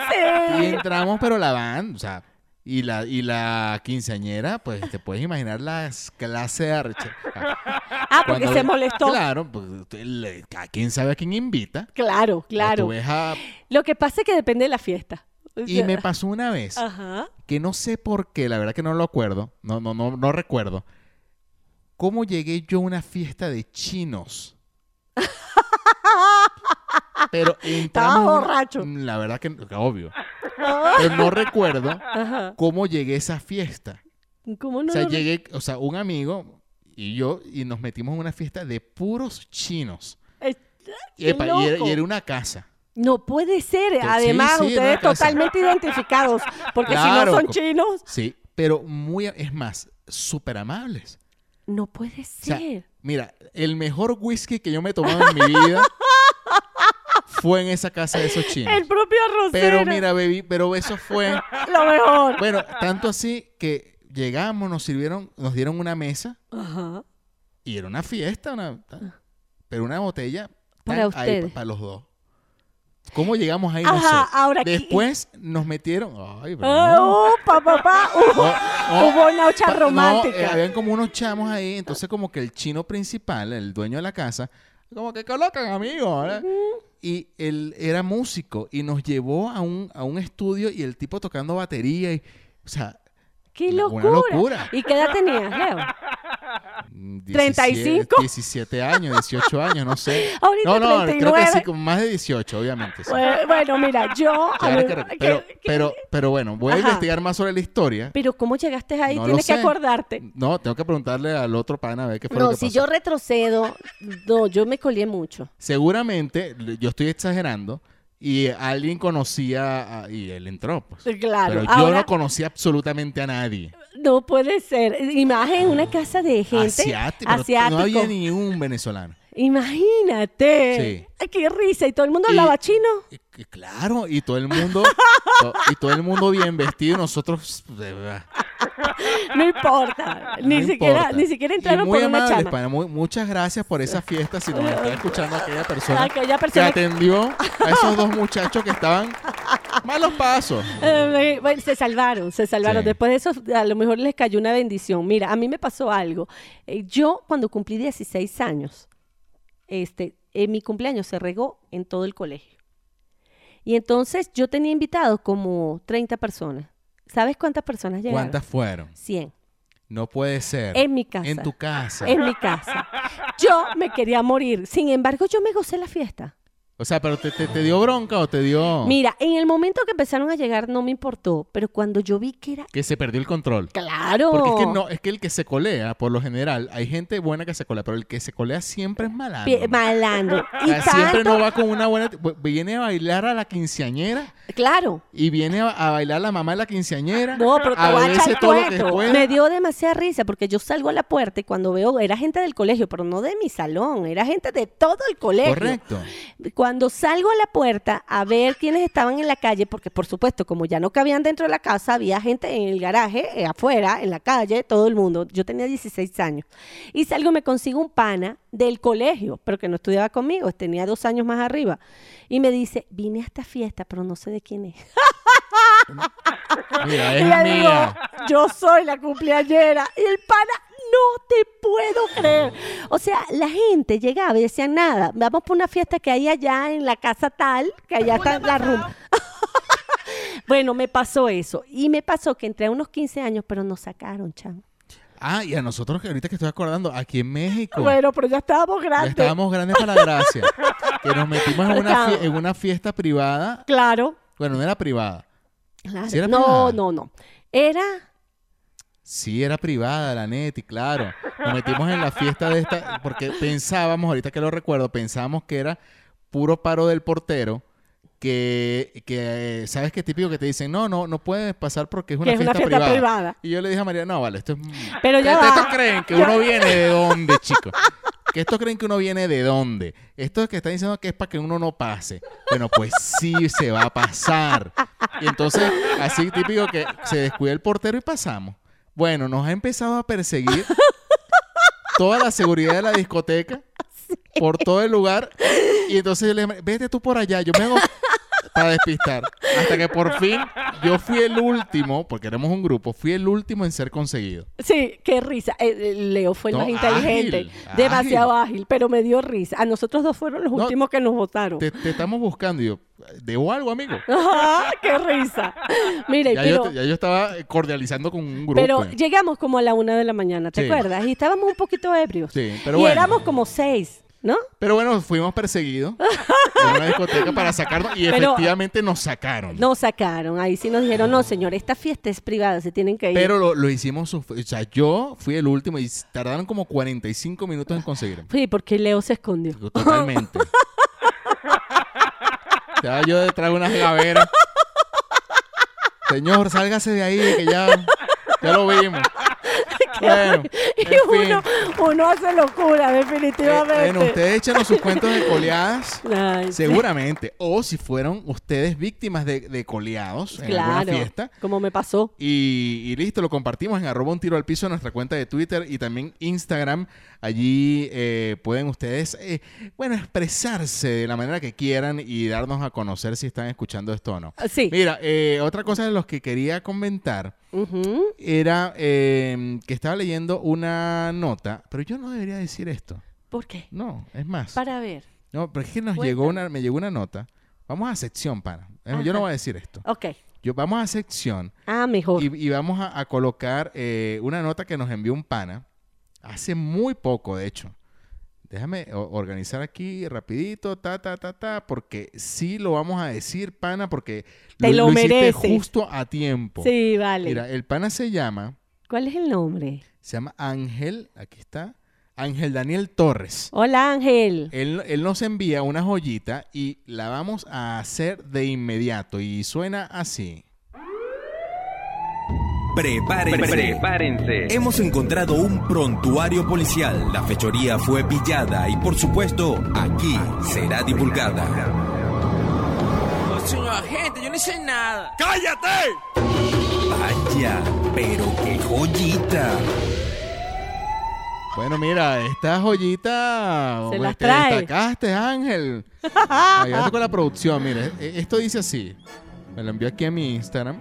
[SPEAKER 2] ser.
[SPEAKER 1] entramos, pero la van, o sea, y la, y la quinceañera, pues te puedes imaginar las clases de arche.
[SPEAKER 2] Ah, porque
[SPEAKER 1] Cuando-
[SPEAKER 2] se molestó.
[SPEAKER 1] Claro, pues, tú- le- a quién sabe a quién invita.
[SPEAKER 2] Claro,
[SPEAKER 1] O tú
[SPEAKER 2] claro.
[SPEAKER 1] ves a-
[SPEAKER 2] Lo que pasa es que depende de la fiesta. O
[SPEAKER 1] Y
[SPEAKER 2] sea,
[SPEAKER 1] me pasó una vez
[SPEAKER 2] Ajá.
[SPEAKER 1] que no sé por qué, la verdad que no lo acuerdo, no, no, no, no recuerdo. ¿Cómo llegué yo a una fiesta de chinos? Pero entramos en una-
[SPEAKER 2] borracho. Ah.
[SPEAKER 1] La verdad que que obvio. Pero no recuerdo
[SPEAKER 2] Ajá.
[SPEAKER 1] cómo llegué a esa fiesta.
[SPEAKER 2] ¿Cómo no?
[SPEAKER 1] o sea,
[SPEAKER 2] lo-
[SPEAKER 1] llegué, o sea, un amigo y yo, y nos metimos en una fiesta de puros chinos.
[SPEAKER 2] Eh,
[SPEAKER 1] Y, epa, y era,
[SPEAKER 2] loco.
[SPEAKER 1] y era una casa.
[SPEAKER 2] No puede ser.
[SPEAKER 1] sí,
[SPEAKER 2] Además,
[SPEAKER 1] sí,
[SPEAKER 2] ustedes
[SPEAKER 1] no, claro.
[SPEAKER 2] totalmente identificados. Porque si
[SPEAKER 1] Claro.
[SPEAKER 2] no son chinos,
[SPEAKER 1] Sí, pero muy, es más, súper amables.
[SPEAKER 2] no puede
[SPEAKER 1] O sea,
[SPEAKER 2] ser.
[SPEAKER 1] mira, el mejor whisky que yo me he tomado en mi vida fue en esa casa de esos chinos.
[SPEAKER 2] El propio arrocero.
[SPEAKER 1] Pero mira, baby, pero eso fue,
[SPEAKER 2] Lo mejor.
[SPEAKER 1] bueno, tanto así que llegamos, nos sirvieron, nos dieron una mesa
[SPEAKER 2] Ajá.
[SPEAKER 1] y era una fiesta, una- pero una botella
[SPEAKER 2] Ah. Para
[SPEAKER 1] tan- ahí,
[SPEAKER 2] ustedes.
[SPEAKER 1] pa- para los dos. ¿Cómo llegamos ahí?
[SPEAKER 2] Ajá,
[SPEAKER 1] no sé.
[SPEAKER 2] ahora aquí-
[SPEAKER 1] Después nos metieron. Ay, pero
[SPEAKER 2] Ah,
[SPEAKER 1] no.
[SPEAKER 2] ¡Opa, papá! Uh,
[SPEAKER 1] No, no.
[SPEAKER 2] Hubo una ocha
[SPEAKER 1] Pa- no, eh,
[SPEAKER 2] romántica.
[SPEAKER 1] habían como unos chamos ahí, entonces como que el chino principal, el dueño de la casa, como que colocan amigos. ¿verdad? Y él era músico y nos llevó a un, a un estudio y el tipo tocando batería y, o sea,
[SPEAKER 2] ¡Qué
[SPEAKER 1] una
[SPEAKER 2] locura!
[SPEAKER 1] locura.
[SPEAKER 2] ¿Y qué edad tenías, Leo?
[SPEAKER 1] mm,
[SPEAKER 2] 35.
[SPEAKER 1] 17 años, 18 años, no sé. no,
[SPEAKER 2] Ahorita
[SPEAKER 1] no, creo que
[SPEAKER 2] 39.
[SPEAKER 1] sí, como más de 18, obviamente. sí.
[SPEAKER 2] Bueno, bueno, mira, yo... a
[SPEAKER 1] Claro
[SPEAKER 2] ver,
[SPEAKER 1] que re-
[SPEAKER 2] ¿qué-
[SPEAKER 1] pero,
[SPEAKER 2] qué-
[SPEAKER 1] pero, pero bueno, voy a
[SPEAKER 2] Ajá.
[SPEAKER 1] investigar más sobre la historia.
[SPEAKER 2] pero ¿cómo llegaste ahí?
[SPEAKER 1] No lo
[SPEAKER 2] Tienes que
[SPEAKER 1] sé.
[SPEAKER 2] acordarte.
[SPEAKER 1] No, tengo que preguntarle al otro pana a ver qué fue lo
[SPEAKER 2] No,
[SPEAKER 1] que
[SPEAKER 2] si
[SPEAKER 1] pasó.
[SPEAKER 2] yo retrocedo, no, yo me colé mucho.
[SPEAKER 1] Seguramente, le- yo estoy exagerando, y alguien conocía, a- y él entró, pues.
[SPEAKER 2] Claro,
[SPEAKER 1] Pero yo
[SPEAKER 2] ahora
[SPEAKER 1] no conocía absolutamente a nadie.
[SPEAKER 2] no puede ser. Imagen una casa de gente
[SPEAKER 1] Asiático. pero
[SPEAKER 2] asiático.
[SPEAKER 1] Ah, No había ni un venezolano.
[SPEAKER 2] Imagínate.
[SPEAKER 1] Sí.
[SPEAKER 2] Ay, qué risa. Y todo el mundo
[SPEAKER 1] Y-
[SPEAKER 2] hablaba chino.
[SPEAKER 1] Y- y claro, y todo el mundo, to- y todo el mundo bien vestido, y nosotros, pues, de verdad,
[SPEAKER 2] No importa.
[SPEAKER 1] no
[SPEAKER 2] ni siquiera,
[SPEAKER 1] importa.
[SPEAKER 2] ni siquiera entraron
[SPEAKER 1] y muy pues.
[SPEAKER 2] por una
[SPEAKER 1] amables,
[SPEAKER 2] chama.
[SPEAKER 1] pana, muy- muchas gracias por esa fiesta, si nos está escuchando aquella persona,
[SPEAKER 2] Aquella
[SPEAKER 1] que
[SPEAKER 2] persona que,
[SPEAKER 1] atendió a esos dos muchachos que estaban malos pasos.
[SPEAKER 2] eh, bueno, se salvaron, se salvaron.
[SPEAKER 1] Sí.
[SPEAKER 2] Después de eso, a lo mejor les cayó una bendición. Mira, a mí me pasó algo. Eh, yo, cuando cumplí 16 años, este, eh, mi cumpleaños se regó en todo el colegio. Y entonces yo tenía invitados como 30 personas. ¿Sabes cuántas personas llegaron?
[SPEAKER 1] ¿Cuántas fueron?
[SPEAKER 2] 100.
[SPEAKER 1] No puede ser.
[SPEAKER 2] En mi casa.
[SPEAKER 1] En tu casa.
[SPEAKER 2] En mi casa. Yo me quería morir. Sin embargo, yo me gocé la fiesta.
[SPEAKER 1] O sea, pero te, te- te dio bronca o te dio
[SPEAKER 2] Mira, en el momento que empezaron a llegar no me importó, pero cuando yo vi que era
[SPEAKER 1] que se perdió el control.
[SPEAKER 2] claro.
[SPEAKER 1] Porque es que no, es que el que se colea, por lo general, hay gente buena que se colea, pero el que se colea siempre es malandro.
[SPEAKER 2] Pie- Malandro.
[SPEAKER 1] O
[SPEAKER 2] Y
[SPEAKER 1] sea, Ah, siempre
[SPEAKER 2] tanto-
[SPEAKER 1] no va con una buena. Viene a bailar a la quinceañera
[SPEAKER 2] Claro.
[SPEAKER 1] y viene a, a bailar la mamá de la quinceañera.
[SPEAKER 2] No, pero te
[SPEAKER 1] a
[SPEAKER 2] voy a echar
[SPEAKER 1] beberse
[SPEAKER 2] el
[SPEAKER 1] todo lo que
[SPEAKER 2] cuento.
[SPEAKER 1] pueda.
[SPEAKER 2] Me dio demasiada risa porque yo salgo a la puerta y cuando veo, era gente del colegio, pero no de mi salón, era gente de todo el colegio.
[SPEAKER 1] Correcto.
[SPEAKER 2] Cuando salgo a la puerta a ver quiénes estaban en la calle, porque por supuesto, como ya no cabían dentro de la casa, había gente en el garaje, eh, afuera, en la calle, todo el mundo. Yo tenía 16 años. Y salgo y me consigo un pana del colegio, pero que no estudiaba conmigo, tenía dos años más arriba. Y me dice, vine a esta fiesta, pero no sé de quién es.
[SPEAKER 1] Mira,
[SPEAKER 2] Y
[SPEAKER 1] es
[SPEAKER 2] le digo,
[SPEAKER 1] mía.
[SPEAKER 2] yo soy la cumpleañera. Y el pana, no te puedo creer. O sea, la gente llegaba y decía, nada, vamos por una fiesta que hay allá en la casa tal, que allá está la rumba. bueno, me pasó eso. Y me pasó que entré a unos 15 años, pero nos sacaron, chamo.
[SPEAKER 1] Ah, y a nosotros que ahorita que estoy acordando, aquí en México.
[SPEAKER 2] Bueno, pero ya estábamos
[SPEAKER 1] ya
[SPEAKER 2] grandes.
[SPEAKER 1] estábamos grandes para la gracia. que nos metimos en una, fie-
[SPEAKER 2] Estábamos.
[SPEAKER 1] en una fiesta privada.
[SPEAKER 2] Claro,
[SPEAKER 1] Bueno, no era privada.
[SPEAKER 2] claro.
[SPEAKER 1] ¿Sí era
[SPEAKER 2] no,
[SPEAKER 1] privada?
[SPEAKER 2] no, no. Era,
[SPEAKER 1] Sí, era privada, la neta, y claro. Nos metimos en la fiesta de esta, porque pensábamos, ahorita que lo recuerdo, pensábamos que era puro paro del portero, que, que ¿sabes qué típico que te dicen? No, no, no puedes pasar porque es una,
[SPEAKER 2] que es
[SPEAKER 1] fiesta,
[SPEAKER 2] una fiesta privada.
[SPEAKER 1] privada. Y yo le dije a María, no, vale, esto es...
[SPEAKER 2] Pero ya
[SPEAKER 1] ¿Esto-
[SPEAKER 2] va.
[SPEAKER 1] ¿Estos creen que
[SPEAKER 2] Ya-
[SPEAKER 1] uno viene de dónde, chicos? ¿Que estos creen que uno viene de dónde? Estos que están diciendo que es para que uno no pase. Bueno, pues sí se va a pasar. Y entonces, así típico que se descuida el portero y pasamos. Bueno, nos ha empezado a perseguir toda la seguridad de la discoteca por todo el lugar. Y entonces yo le dije, vete tú por allá, yo me hago para despistar. Hasta que por fin yo fui el último, porque éramos un grupo, fui el último en ser conseguido.
[SPEAKER 2] Sí, qué risa. Eh, eh, Leo fue el
[SPEAKER 1] No,
[SPEAKER 2] más inteligente,
[SPEAKER 1] ágil,
[SPEAKER 2] demasiado ágil, pero me dio risa. A nosotros dos fueron los
[SPEAKER 1] No,
[SPEAKER 2] últimos que nos votaron.
[SPEAKER 1] Te, te estamos buscando. Y yo, ¿debo algo, amigo?
[SPEAKER 2] Ajá, Ah, ¡Qué risa! Mire,
[SPEAKER 1] Ya,
[SPEAKER 2] pero,
[SPEAKER 1] yo, ya yo estaba cordializando con un grupo.
[SPEAKER 2] pero llegamos como a la una de la mañana, ¿te
[SPEAKER 1] Sí.
[SPEAKER 2] acuerdas? Y estábamos un poquito ebrios.
[SPEAKER 1] Sí, pero
[SPEAKER 2] y
[SPEAKER 1] bueno.
[SPEAKER 2] éramos como seis, ¿no?
[SPEAKER 1] Pero bueno, fuimos perseguidos en una discoteca para sacarnos y
[SPEAKER 2] Pero-
[SPEAKER 1] efectivamente nos sacaron.
[SPEAKER 2] Nos sacaron, ahí sí nos dijeron, no, señor, esta fiesta es privada, se tienen que ir.
[SPEAKER 1] Pero lo, lo hicimos, suf- o sea, yo fui el último y tardaron como 45 minutos en conseguirme.
[SPEAKER 2] Sí, porque Leo se escondió.
[SPEAKER 1] Totalmente. Estaba yo detrás de unas gaveras. Señor, sálgase de ahí, que ya, ya lo vimos. Bueno,
[SPEAKER 2] y
[SPEAKER 1] en fin.
[SPEAKER 2] uno, uno hace locura,
[SPEAKER 1] Eh,
[SPEAKER 2] definitivamente.
[SPEAKER 1] bueno, ustedes échanos sus cuentos de coleadas.
[SPEAKER 2] Ay, sí.
[SPEAKER 1] Seguramente. O si fueron ustedes víctimas de, de coleados en alguna
[SPEAKER 2] Claro,
[SPEAKER 1] fiesta.
[SPEAKER 2] como me pasó.
[SPEAKER 1] Y, y listo, lo compartimos en arroba un tiro al piso en nuestra cuenta de Twitter y también Instagram. Allí eh, pueden ustedes, eh, bueno, expresarse de la manera que quieran y darnos a conocer si están escuchando esto o no.
[SPEAKER 2] Ah, Sí.
[SPEAKER 1] Mira, eh, otra cosa de los que quería comentar
[SPEAKER 2] Ujú.
[SPEAKER 1] era eh, que estaba leyendo una nota, pero yo no debería decir esto.
[SPEAKER 2] ¿Por qué?
[SPEAKER 1] No, es más.
[SPEAKER 2] Para ver.
[SPEAKER 1] No, pero es que nos llegó una, me llegó una nota. Vamos a sección, pana. Eh, Yo
[SPEAKER 2] Ajá.
[SPEAKER 1] no voy a decir esto.
[SPEAKER 2] Ok.
[SPEAKER 1] Yo, vamos a sección
[SPEAKER 2] Ah, mejor.
[SPEAKER 1] y, y vamos a, a colocar eh, una nota que nos envió un pana hace muy poco, de hecho. Déjame o- organizar aquí rapidito, ta, ta, ta, ta, porque sí lo vamos a decir, pana, porque
[SPEAKER 2] Te lo
[SPEAKER 1] hiciste
[SPEAKER 2] mereces.
[SPEAKER 1] justo a tiempo.
[SPEAKER 2] Sí, vale.
[SPEAKER 1] Mira, el pana se llama,
[SPEAKER 2] ¿Cuál es el nombre?
[SPEAKER 1] se llama Ángel, aquí está, Ángel Daniel Torres.
[SPEAKER 2] Hola, Ángel.
[SPEAKER 1] Él, él nos envía una joyita y la vamos a hacer de inmediato. Y suena así.
[SPEAKER 5] Prepárense.
[SPEAKER 6] Prepárense.
[SPEAKER 5] Hemos encontrado un prontuario policial. La fechoría fue pillada y, por supuesto, aquí será divulgada.
[SPEAKER 7] Señor agente, yo no hice nada.
[SPEAKER 5] ¡Cállate! Vaya, pero qué joyita.
[SPEAKER 1] Bueno, mira, esta joyita
[SPEAKER 2] Se
[SPEAKER 1] bueno,
[SPEAKER 2] las
[SPEAKER 1] te
[SPEAKER 2] trae.
[SPEAKER 1] destacaste, Ángel. Ayúdate con la producción, mira. e- Esto dice así. Me lo envió aquí a mi Instagram.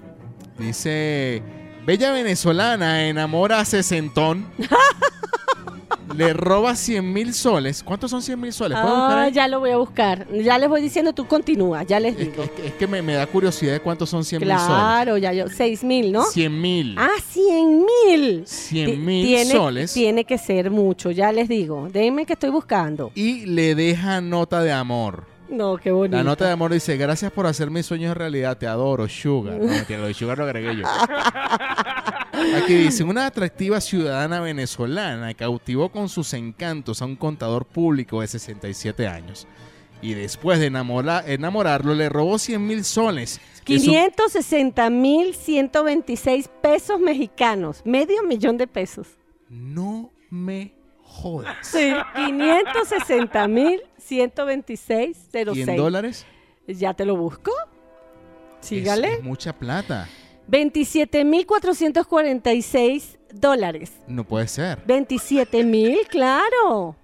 [SPEAKER 1] Dice, bella venezolana enamora a sesentón. le roba 100 mil soles. ¿Cuántos son 100 mil soles? ¿Puedo buscar
[SPEAKER 2] Ah,
[SPEAKER 1] ahí?
[SPEAKER 2] ya lo voy a buscar. Ya les voy diciendo, tú continúa, ya les
[SPEAKER 1] Es,
[SPEAKER 2] digo.
[SPEAKER 1] es que- es que me, me da curiosidad de cuántos son 100 mil soles.
[SPEAKER 2] Claro, ya yo. Seis mil, ¿no?
[SPEAKER 1] 100 mil.
[SPEAKER 2] Ah, cien mil.
[SPEAKER 1] 100
[SPEAKER 2] Ti-
[SPEAKER 1] mil
[SPEAKER 2] tiene-
[SPEAKER 1] soles.
[SPEAKER 2] Tiene que ser mucho, ya les digo. Denme que estoy buscando.
[SPEAKER 1] Y le deja nota de amor.
[SPEAKER 2] No, qué bonito.
[SPEAKER 1] La nota de amor dice, gracias por hacer mis sueños realidad, te adoro, Sugar. No, mentira, lo de Sugar lo agregué yo. Aquí dice, una atractiva ciudadana venezolana cautivó con sus encantos a un contador público de 67 años. Y después de enamora- enamorarlo, le robó 100 mil soles. de su-
[SPEAKER 2] 560 mil 126 pesos mexicanos. Medio millón de pesos.
[SPEAKER 1] No me jodas.
[SPEAKER 2] Sí, 560 mil 126
[SPEAKER 1] ¿Y en dólares?
[SPEAKER 2] Ya te lo busco.
[SPEAKER 1] Es,
[SPEAKER 2] Sígale.
[SPEAKER 1] es mucha plata.
[SPEAKER 2] 27 mil 446 dólares.
[SPEAKER 1] No puede ser.
[SPEAKER 2] 27 mil, claro.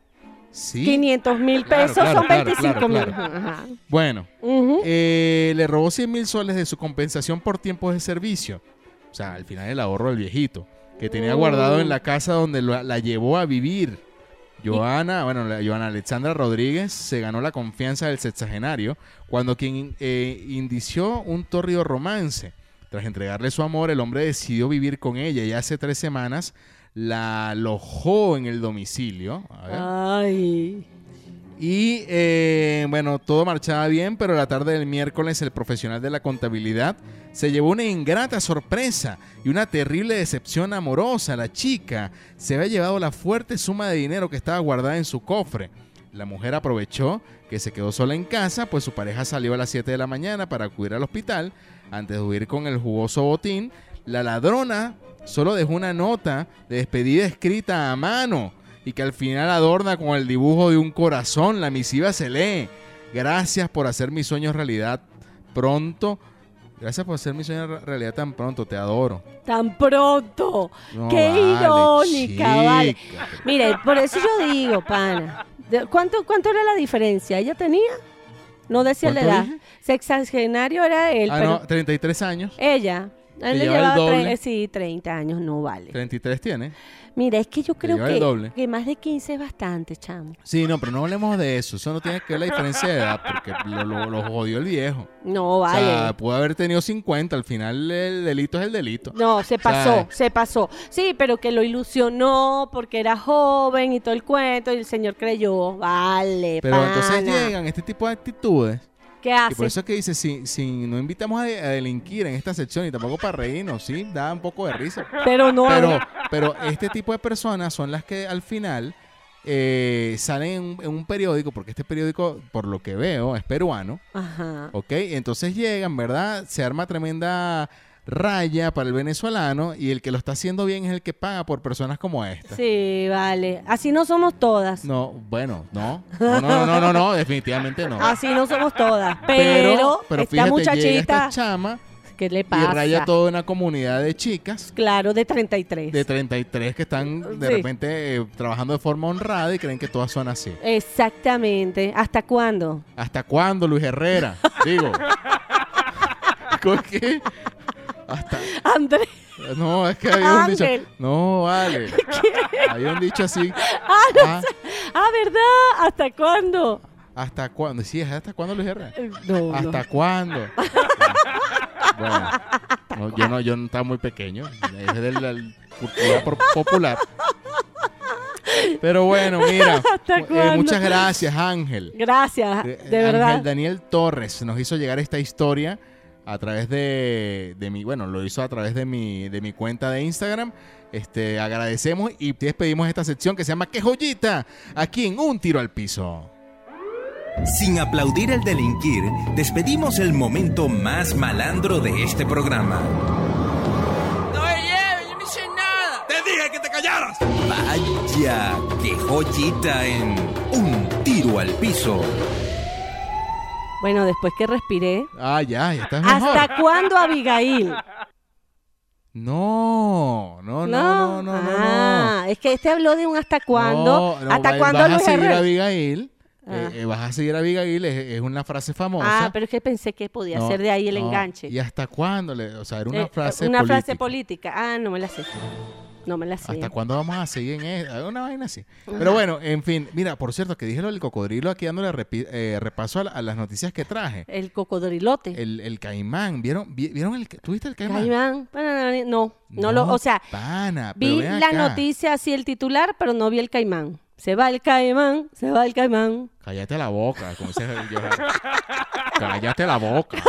[SPEAKER 1] Sí.
[SPEAKER 2] 500 mil
[SPEAKER 1] Claro,
[SPEAKER 2] pesos
[SPEAKER 1] claro,
[SPEAKER 2] son
[SPEAKER 1] claro,
[SPEAKER 2] 25 mil.
[SPEAKER 1] claro, claro. Bueno, eh, le robó 100 mil soles de su compensación por tiempos de servicio. O sea, al final el ahorro del viejito, que tenía
[SPEAKER 2] Mm.
[SPEAKER 1] guardado en la casa donde lo- la llevó a vivir. Joana, bueno, la- Joana Alexandra Rodríguez se ganó la confianza del sexagenario cuando quien eh, indició un torrido romance. Tras entregarle su amor, el hombre decidió vivir con ella y hace tres semanas la alojó en el domicilio. A
[SPEAKER 2] Ah,
[SPEAKER 1] ver.
[SPEAKER 2] Ay.
[SPEAKER 1] Y eh, bueno, todo marchaba bien, pero la tarde del miércoles el profesional de la contabilidad se llevó una ingrata sorpresa y una terrible decepción amorosa. La chica se había llevado la fuerte suma de dinero que estaba guardada en su cofre. La mujer aprovechó que se quedó sola en casa, pues su pareja salió a las 7 de la mañana para acudir al hospital. Antes de huir con el jugoso botín, la ladrona solo dejó una nota de despedida escrita a mano y que al final adorna con el dibujo de un corazón. La misiva se lee. Gracias por hacer mis sueños realidad pronto. Gracias por hacer mis sueños re- realidad tan pronto. Te adoro.
[SPEAKER 2] Tan pronto.
[SPEAKER 1] No,
[SPEAKER 2] Qué
[SPEAKER 1] vale,
[SPEAKER 2] irónica, vale.
[SPEAKER 1] chica.
[SPEAKER 2] Mire, por eso yo digo, pana. De- ¿Cuánto, ¿Cuánto era la diferencia? ¿Ella tenía? No decía la
[SPEAKER 1] ¿Cuánto
[SPEAKER 2] edad.
[SPEAKER 1] dije?
[SPEAKER 2] Sexagenario era él,
[SPEAKER 1] Ah,
[SPEAKER 2] pero
[SPEAKER 1] no, 33 años.
[SPEAKER 2] ella. a
[SPEAKER 1] Te
[SPEAKER 2] Él le
[SPEAKER 1] lleva el
[SPEAKER 2] llevaba tre-
[SPEAKER 1] doble.
[SPEAKER 2] eh, sí, 30 años, no vale.
[SPEAKER 1] 33 tiene.
[SPEAKER 2] Mira, es que yo creo
[SPEAKER 1] lleva el doble.
[SPEAKER 2] que, que más de 15 es bastante, chamo.
[SPEAKER 1] Sí, no, pero no hablemos de eso. Eso no tiene que ver la diferencia de edad, porque lo, lo- lo jodió el viejo.
[SPEAKER 2] No
[SPEAKER 1] O
[SPEAKER 2] vale.
[SPEAKER 1] sea, pudo haber tenido 50. Al final el delito es el delito.
[SPEAKER 2] No, se pasó, se pasó. Sí, pero que lo ilusionó porque era joven y todo el cuento y el señor creyó. Vale,
[SPEAKER 1] Pero entonces
[SPEAKER 2] pana.
[SPEAKER 1] llegan este tipo de actitudes
[SPEAKER 2] ¿Qué
[SPEAKER 1] Y por
[SPEAKER 2] hace?
[SPEAKER 1] eso es que dice, si, si no invitamos a, de- a delinquir en esta sección y tampoco para reírnos, sí, da un poco de risa.
[SPEAKER 2] Pero no.
[SPEAKER 1] Pero, pero este tipo de personas son las que al final eh, salen en un, en un periódico, porque este periódico, por lo que veo, es peruano,
[SPEAKER 2] Ajá.
[SPEAKER 1] ¿ok? Entonces llegan, ¿verdad? Se arma tremenda raya para el venezolano y el que lo está haciendo bien es el que paga por personas como esta.
[SPEAKER 2] Sí, vale. Así no somos todas.
[SPEAKER 1] No, bueno, no. No, no, no, no, no, no, definitivamente no.
[SPEAKER 2] Así no somos todas. Ah, Pero,
[SPEAKER 1] pero
[SPEAKER 2] esta
[SPEAKER 1] llega
[SPEAKER 2] muchachita,
[SPEAKER 1] esta chama
[SPEAKER 2] ¿qué le
[SPEAKER 1] y
[SPEAKER 2] pasa?
[SPEAKER 1] raya toda una comunidad de chicas
[SPEAKER 2] Claro, de 33.
[SPEAKER 1] de 33 que están de
[SPEAKER 2] Sí.
[SPEAKER 1] repente eh, trabajando de forma honrada y creen que todas son así.
[SPEAKER 2] Exactamente. ¿Hasta cuándo?
[SPEAKER 1] ¿Hasta cuándo, Luis Herrera? Digo. ¿Con qué? Hasta,
[SPEAKER 2] Andrés,
[SPEAKER 1] no, es que había un dicho.
[SPEAKER 2] Ángel.
[SPEAKER 1] No, vale. Había un dicho así.
[SPEAKER 2] Ah, no
[SPEAKER 1] ah,
[SPEAKER 2] sé. Ah, ¿verdad? ¿Hasta cuándo?
[SPEAKER 1] ¿Hasta cuándo? Sí, es hasta cuándo, Luis Herrera.
[SPEAKER 2] Eh, No, no.
[SPEAKER 1] ¿Hasta cuándo? bueno, no, yo no, yo no estaba muy pequeño. Es de la cultura por- popular. Pero bueno, mira.
[SPEAKER 2] ¿Hasta
[SPEAKER 1] eh,
[SPEAKER 2] cuándo?
[SPEAKER 1] muchas gracias, Ángel.
[SPEAKER 2] Gracias,
[SPEAKER 1] Eh,
[SPEAKER 2] de,
[SPEAKER 1] Ángel
[SPEAKER 2] verdad.
[SPEAKER 1] Daniel Torres nos hizo llegar esta historia a través de, de mi, bueno, lo hizo a través de mi, de mi cuenta de Instagram. Este, agradecemos y despedimos esta sección que se llama ¿Qué joyita? Aquí en Un Tiro al Piso.
[SPEAKER 5] Sin aplaudir el delinquir, despedimos el momento más malandro de este programa.
[SPEAKER 7] No me lleven, yo no hice nada.
[SPEAKER 5] ¡Te dije que te callaras! Vaya, qué joyita en un tiro al piso.
[SPEAKER 2] Bueno, después que respiré.
[SPEAKER 1] Ah, ya, ya estás mejor.
[SPEAKER 2] ¿Hasta cuándo, Abigail?
[SPEAKER 1] No, no, no, no, no, no. no.
[SPEAKER 2] Ah, es que este habló de un hasta cuándo.
[SPEAKER 1] No, no,
[SPEAKER 2] ¿Hasta
[SPEAKER 1] va-
[SPEAKER 2] cuándo
[SPEAKER 1] vas a
[SPEAKER 2] Luis
[SPEAKER 1] seguir a
[SPEAKER 2] Herrera?
[SPEAKER 1] Abigail?
[SPEAKER 2] Ah.
[SPEAKER 1] eh, eh, vas a seguir a Abigail, es, es una frase famosa.
[SPEAKER 2] Ah, pero es que pensé que podía
[SPEAKER 1] No,
[SPEAKER 2] ser de ahí el
[SPEAKER 1] no,
[SPEAKER 2] enganche.
[SPEAKER 1] ¿Y hasta cuándo? Le- o sea, era una
[SPEAKER 2] Eh,
[SPEAKER 1] frase
[SPEAKER 2] una
[SPEAKER 1] política.
[SPEAKER 2] frase política. Ah, no me la sé. No me la sé.
[SPEAKER 1] ¿Hasta cuándo vamos a seguir en eso? Una vaina así. Pero bueno, en fin. Mira, por cierto, que dije lo del cocodrilo aquí dándole repi- eh, repaso a, la- a las noticias que traje.
[SPEAKER 2] El cocodrilote.
[SPEAKER 1] El, el caimán. ¿Vieron? Vi- ¿Vieron el, ¿Tuviste el caimán?
[SPEAKER 2] Caimán. Pananani- No, no lo, o sea,
[SPEAKER 1] pana, pero
[SPEAKER 2] vi
[SPEAKER 1] ven
[SPEAKER 2] la
[SPEAKER 1] acá.
[SPEAKER 2] noticia así el titular, pero no vi el caimán. Se va el caimán, se va el caimán.
[SPEAKER 1] Cállate la boca, como dice Johan. Cállate la boca.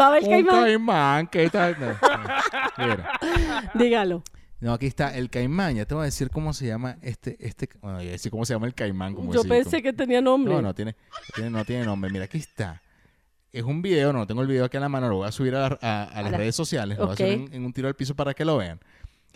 [SPEAKER 2] Va el
[SPEAKER 1] Un
[SPEAKER 2] caimán.
[SPEAKER 1] caimán que tal. No, no. Mira.
[SPEAKER 2] Dígalo.
[SPEAKER 1] No, aquí está el caimán. Ya te voy a decir cómo se llama este. este bueno, ya decir cómo se llama el caimán. Como
[SPEAKER 2] Yo
[SPEAKER 1] decir,
[SPEAKER 2] pensé
[SPEAKER 1] como-
[SPEAKER 2] que tenía nombre.
[SPEAKER 1] No, no tiene, tiene- no tiene nombre. Mira, aquí está. Es un video, no tengo el video aquí en la mano, lo voy a subir a, la- a- a las
[SPEAKER 2] la-
[SPEAKER 1] redes sociales, lo voy a subir
[SPEAKER 2] Ok.
[SPEAKER 1] en, en un tiro al piso para que lo vean.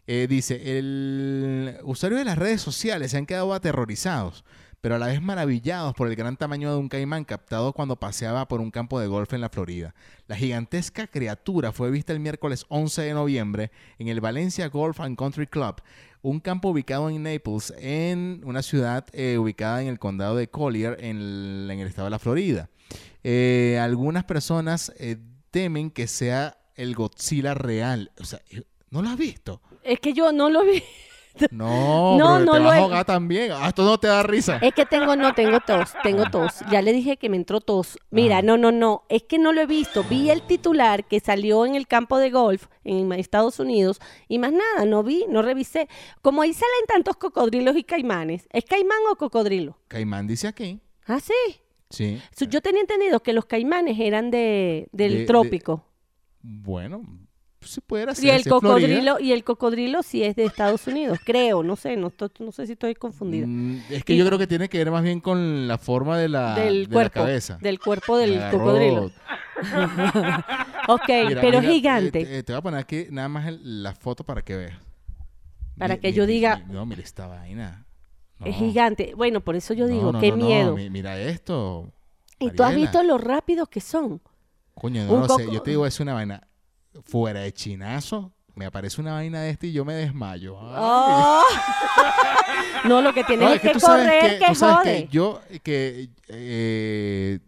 [SPEAKER 1] Eh, dice, el usuario de las redes sociales se han quedado aterrorizados, pero a la vez maravillados por el gran tamaño de un caimán captado cuando paseaba por un campo de golf en la Florida. La gigantesca criatura fue vista el miércoles 11 de noviembre en el Valencia Golf and Country Club, un campo ubicado en Naples, en una ciudad eh, ubicada en el condado de Collier, en el, en el estado de la Florida. Eh, algunas personas eh, temen que sea el Godzilla real. O sea, eh, ¿no lo has visto?
[SPEAKER 2] Es que yo no lo vi.
[SPEAKER 1] No,
[SPEAKER 2] No,
[SPEAKER 1] pero
[SPEAKER 2] no
[SPEAKER 1] te
[SPEAKER 2] lo
[SPEAKER 1] vas a
[SPEAKER 2] he-
[SPEAKER 1] ahogar también. Ah, esto no te da risa.
[SPEAKER 2] Es que tengo, no, tengo tos, tengo tos. Ya le dije que me entró tos. Mira,
[SPEAKER 1] Ah.
[SPEAKER 2] no, no, no, es que no lo he visto. Vi el titular que salió en el campo de golf en Estados Unidos y más nada, no vi, no revisé. Como ahí salen tantos cocodrilos y caimanes, ¿es caimán o cocodrilo?
[SPEAKER 1] Caimán dice aquí.
[SPEAKER 2] Ah, sí.
[SPEAKER 1] Sí.
[SPEAKER 2] So, Yo tenía entendido que los caimanes eran de, del
[SPEAKER 1] De- de-
[SPEAKER 2] trópico.
[SPEAKER 1] Bueno, si pudiera ser.
[SPEAKER 2] y el
[SPEAKER 1] si es Florida.
[SPEAKER 2] cocodrilo, y el cocodrilo sí es de Estados Unidos, creo, no sé, no, estoy- no sé si estoy confundida.
[SPEAKER 1] Mm, es que
[SPEAKER 2] Y-
[SPEAKER 1] yo creo que tiene que ver más bien con la forma de la,
[SPEAKER 2] del
[SPEAKER 1] de
[SPEAKER 2] cuerpo,
[SPEAKER 1] la cabeza.
[SPEAKER 2] del cuerpo del
[SPEAKER 1] Me agarró-
[SPEAKER 2] cocodrilo. Ok,
[SPEAKER 1] oh. Mira,
[SPEAKER 2] pero
[SPEAKER 1] mira,
[SPEAKER 2] gigante.
[SPEAKER 1] eh, te- te voy a poner aquí nada más el- la foto para que veas.
[SPEAKER 2] Para
[SPEAKER 1] Mi-
[SPEAKER 2] que
[SPEAKER 1] mi-
[SPEAKER 2] yo
[SPEAKER 1] mi-
[SPEAKER 2] diga-
[SPEAKER 1] mi- no, mira esta vaina. No.
[SPEAKER 2] Es gigante. Bueno, por eso yo
[SPEAKER 1] No,
[SPEAKER 2] digo,
[SPEAKER 1] no,
[SPEAKER 2] qué
[SPEAKER 1] no, no.
[SPEAKER 2] miedo.
[SPEAKER 1] Mi- Mira esto.
[SPEAKER 2] y tú has
[SPEAKER 1] Mariela.
[SPEAKER 2] visto lo rápidos que son.
[SPEAKER 1] Coño,
[SPEAKER 2] Un
[SPEAKER 1] no lo sé.
[SPEAKER 2] coco-
[SPEAKER 1] Yo te digo, es una vaina fuera de chinazo. Me aparece una vaina de este y yo me desmayo. Ay.
[SPEAKER 2] ¡Oh! no, lo que tienes
[SPEAKER 1] No,
[SPEAKER 2] es, que, correr, que,
[SPEAKER 1] tú sabes
[SPEAKER 2] jode.
[SPEAKER 1] yo, que, eh,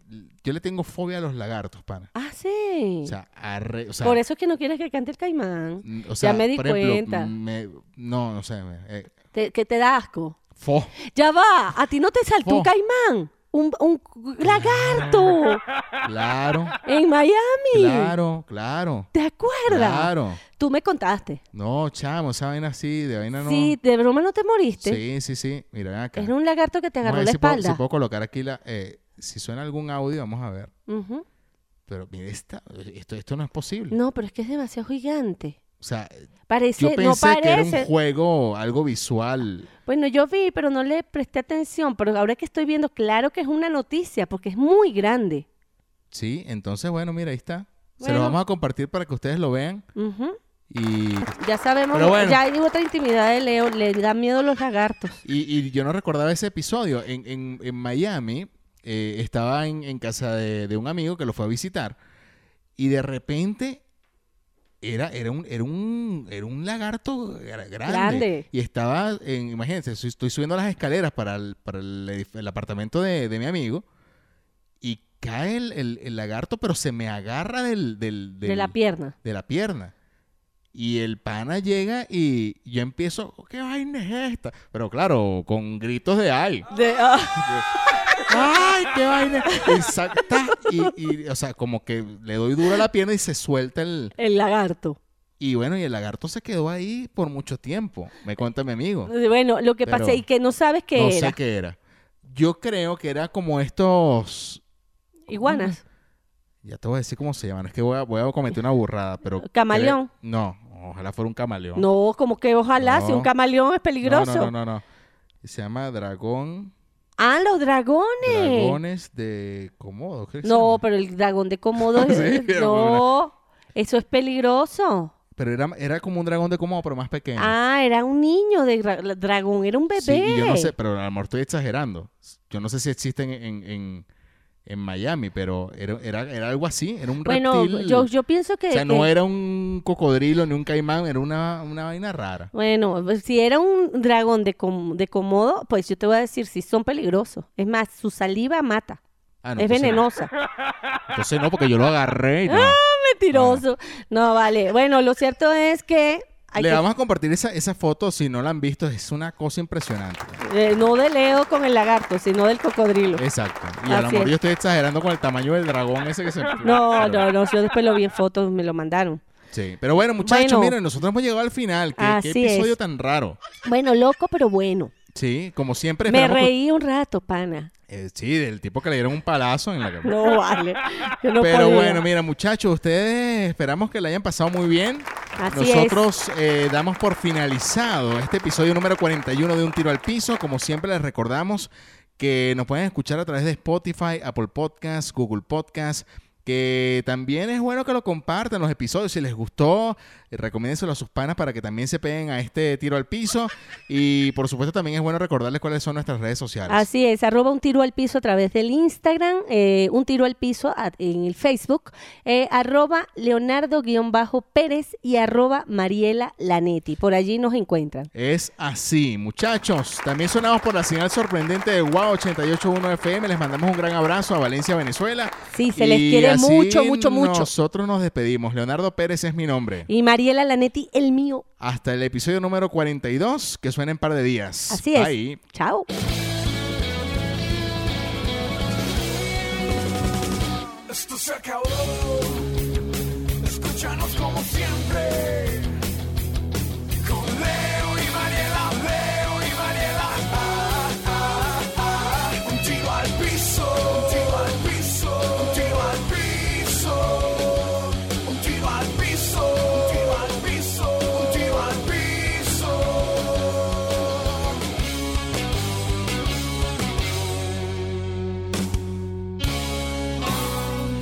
[SPEAKER 1] yo le tengo fobia a los lagartos, pana.
[SPEAKER 2] Ah, sí.
[SPEAKER 1] O sea, arre- o sea,
[SPEAKER 2] por eso es que no quieres que cante el caimán.
[SPEAKER 1] mm, o sea,
[SPEAKER 2] me di
[SPEAKER 1] por ejemplo, mm,
[SPEAKER 2] cuenta.
[SPEAKER 1] me- no, no sé. me- eh,
[SPEAKER 2] Te- que te da asco.
[SPEAKER 1] fo-
[SPEAKER 2] Ya va, a ti no te saltó un
[SPEAKER 1] Oh.
[SPEAKER 2] caimán. Un, un lagarto
[SPEAKER 1] Claro,
[SPEAKER 2] en Miami.
[SPEAKER 1] claro, claro.
[SPEAKER 2] ¿Te acuerdas?
[SPEAKER 1] Claro.
[SPEAKER 2] Tú me contaste.
[SPEAKER 1] No, chamo, esa vaina sí, de vaina no.
[SPEAKER 2] Sí, de broma no te moriste.
[SPEAKER 1] sí, sí, sí. Mira, ven acá.
[SPEAKER 2] Era Este un lagarto que te
[SPEAKER 1] Vamos a
[SPEAKER 2] agarró
[SPEAKER 1] ver
[SPEAKER 2] la
[SPEAKER 1] si puedo-
[SPEAKER 2] espalda.
[SPEAKER 1] si puedo colocar aquí la. eh, si suena algún audio, vamos a ver.
[SPEAKER 2] Ujú.
[SPEAKER 1] Pero mire, esta, esto, esto no es posible.
[SPEAKER 2] No, pero es que es demasiado gigante.
[SPEAKER 1] O sea,
[SPEAKER 2] Parece,
[SPEAKER 1] yo pensé
[SPEAKER 2] no
[SPEAKER 1] que era
[SPEAKER 2] parece.
[SPEAKER 1] un juego, algo visual.
[SPEAKER 2] Bueno, yo vi, pero no le presté atención. Pero ahora que estoy viendo, claro que es una noticia, porque es muy grande.
[SPEAKER 1] Sí, entonces, bueno, mira, ahí está. Se lo
[SPEAKER 2] Bueno.
[SPEAKER 1] vamos a compartir para que ustedes lo vean.
[SPEAKER 2] Ujú.
[SPEAKER 1] Y,
[SPEAKER 2] Ya sabemos,
[SPEAKER 1] Pero bueno.
[SPEAKER 2] ya hay otra intimidad de Leo, le da miedo los lagartos.
[SPEAKER 1] y, y yo no recordaba ese episodio. En, en- en Miami eh, estaba en, en casa de, de un amigo que lo fue a visitar. Y de repente era, era, un, era, un, era un lagarto gra- grande.
[SPEAKER 2] Grande.
[SPEAKER 1] Y estaba, en, imagínense, estoy- estoy subiendo las escaleras para el, para el, edif- el apartamento de, de mi amigo. Y cae el, el- el lagarto, pero se me agarra del- del-
[SPEAKER 2] de la
[SPEAKER 1] del-
[SPEAKER 2] pierna.
[SPEAKER 1] de la pierna. Y el pana llega y yo empiezo, ¿qué vaina es esta? Pero claro, con gritos de ay. ¡Ay, qué vaina! Y, saca- ta, y, y, o sea, como que le doy duro a la pierna y se suelta el...
[SPEAKER 2] El lagarto.
[SPEAKER 1] Y bueno, y el lagarto se quedó ahí por mucho tiempo, me cuenta mi amigo.
[SPEAKER 2] Bueno, lo que
[SPEAKER 1] Pero
[SPEAKER 2] pasa y que no sabes qué
[SPEAKER 1] no
[SPEAKER 2] era.
[SPEAKER 1] sé qué era. Yo creo que era como estos...
[SPEAKER 2] Iguanas.
[SPEAKER 1] Ya te voy a decir cómo se llaman. Es que voy a, voy a cometer una burrada, pero...
[SPEAKER 2] ¿Camaleón?
[SPEAKER 1] creo- No, ojalá fuera un camaleón.
[SPEAKER 2] No, como que ojalá, si
[SPEAKER 1] No.
[SPEAKER 2] un camaleón es
[SPEAKER 1] No,
[SPEAKER 2] peligroso.
[SPEAKER 1] No, no, no, no. Se llama Dragón.
[SPEAKER 2] Ah, los dragones.
[SPEAKER 1] Dragones de Komodo, creo que se
[SPEAKER 2] No,
[SPEAKER 1] llama.
[SPEAKER 2] pero el dragón de Komodo
[SPEAKER 1] Sí,
[SPEAKER 2] es-
[SPEAKER 1] era
[SPEAKER 2] no, eso es peligroso.
[SPEAKER 1] Pero era, era como un dragón de Komodo, pero más pequeño.
[SPEAKER 2] Ah, era un niño de dra- dragón, era un bebé.
[SPEAKER 1] Sí, y yo no sé, pero a lo mejor estoy exagerando. Yo no sé si existen en, en, en Miami, pero era, era, era algo así. Era un
[SPEAKER 2] bueno,
[SPEAKER 1] reptil.
[SPEAKER 2] yo, yo pienso que,
[SPEAKER 1] o sea,
[SPEAKER 2] que-
[SPEAKER 1] no era un cocodrilo ni un caimán, era una, una vaina rara.
[SPEAKER 2] bueno, pues, si era un dragón de com- de Komodo, pues yo te voy a decir si son peligrosos. Es más, su saliva mata.
[SPEAKER 1] Ah, no,
[SPEAKER 2] es
[SPEAKER 1] entonces no.
[SPEAKER 2] venenosa.
[SPEAKER 1] Entonces
[SPEAKER 2] Ah,
[SPEAKER 1] no, porque yo lo agarré. y no.
[SPEAKER 2] Mentiroso. No, vale. Bueno, lo cierto es que hay
[SPEAKER 1] Le
[SPEAKER 2] que-
[SPEAKER 1] vamos a compartir esa, esa foto si no la han visto. Es una cosa impresionante.
[SPEAKER 2] eh, no de Leo con el lagarto, sino del cocodrilo.
[SPEAKER 1] Exacto. Y a lo
[SPEAKER 2] Así
[SPEAKER 1] mejor
[SPEAKER 2] es.
[SPEAKER 1] yo estoy exagerando con el tamaño del dragón ese que se.
[SPEAKER 2] No, no, no, yo después lo vi en fotos, me lo mandaron.
[SPEAKER 1] Sí. Pero bueno, muchachos,
[SPEAKER 2] Bueno.
[SPEAKER 1] miren, nosotros hemos llegado al final. Qué, qué
[SPEAKER 2] Así es.
[SPEAKER 1] episodio tan raro.
[SPEAKER 2] Bueno, loco, pero bueno.
[SPEAKER 1] Sí, como siempre.
[SPEAKER 2] Me
[SPEAKER 1] esperamos que-
[SPEAKER 2] reí un rato, pana.
[SPEAKER 1] Eh, sí, del tipo que le dieron un palazo en la cabeza.
[SPEAKER 2] No vale. Yo no
[SPEAKER 1] Pero
[SPEAKER 2] podía.
[SPEAKER 1] bueno, mira, muchachos, ustedes esperamos que la hayan pasado muy bien.
[SPEAKER 2] Así
[SPEAKER 1] Nosotros eh, damos por finalizado este episodio número 41 de Un Tiro al Piso. Como siempre, les recordamos que nos pueden escuchar a través de Spotify, Apple Podcasts, Google Podcasts. Que también es bueno que lo compartan los episodios. Si les gustó, eh, recomiéndenselo a sus panas para que también se peguen a este tiro al piso. Y por supuesto, también es bueno recordarles cuáles son nuestras redes sociales.
[SPEAKER 2] Así es, arroba un tiro al piso a través del Instagram, eh, un tiro al piso a- en el Facebook, eh, arroba leonardo-pérez y arroba mariela lanetti. Por allí nos encuentran.
[SPEAKER 1] Es así, muchachos. También sonamos por la señal sorprendente de Wow 881 FM. Les mandamos un gran abrazo a Valencia, Venezuela.
[SPEAKER 2] Sí, se les
[SPEAKER 1] Y
[SPEAKER 2] quiere
[SPEAKER 1] así
[SPEAKER 2] mucho, mucho, mucho.
[SPEAKER 1] Nosotros nos despedimos. Leonardo Pérez es mi nombre.
[SPEAKER 2] Y Mariela Lanetti, el mío.
[SPEAKER 1] Hasta el episodio número 42, que suena en par de días.
[SPEAKER 2] Así es.
[SPEAKER 1] Bye.
[SPEAKER 2] Chao.
[SPEAKER 5] Esto se acabó. Escúchanos como siempre. Con Leo y Mariela, Leo y Mariela. Ah, ah, ah. Un tiro al piso, un tiro al piso, un tiro al piso. Un tiro al piso, un tiro al piso, un tiro al piso.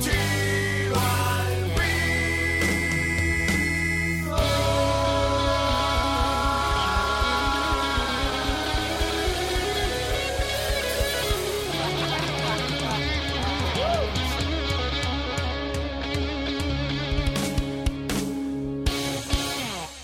[SPEAKER 5] tiro al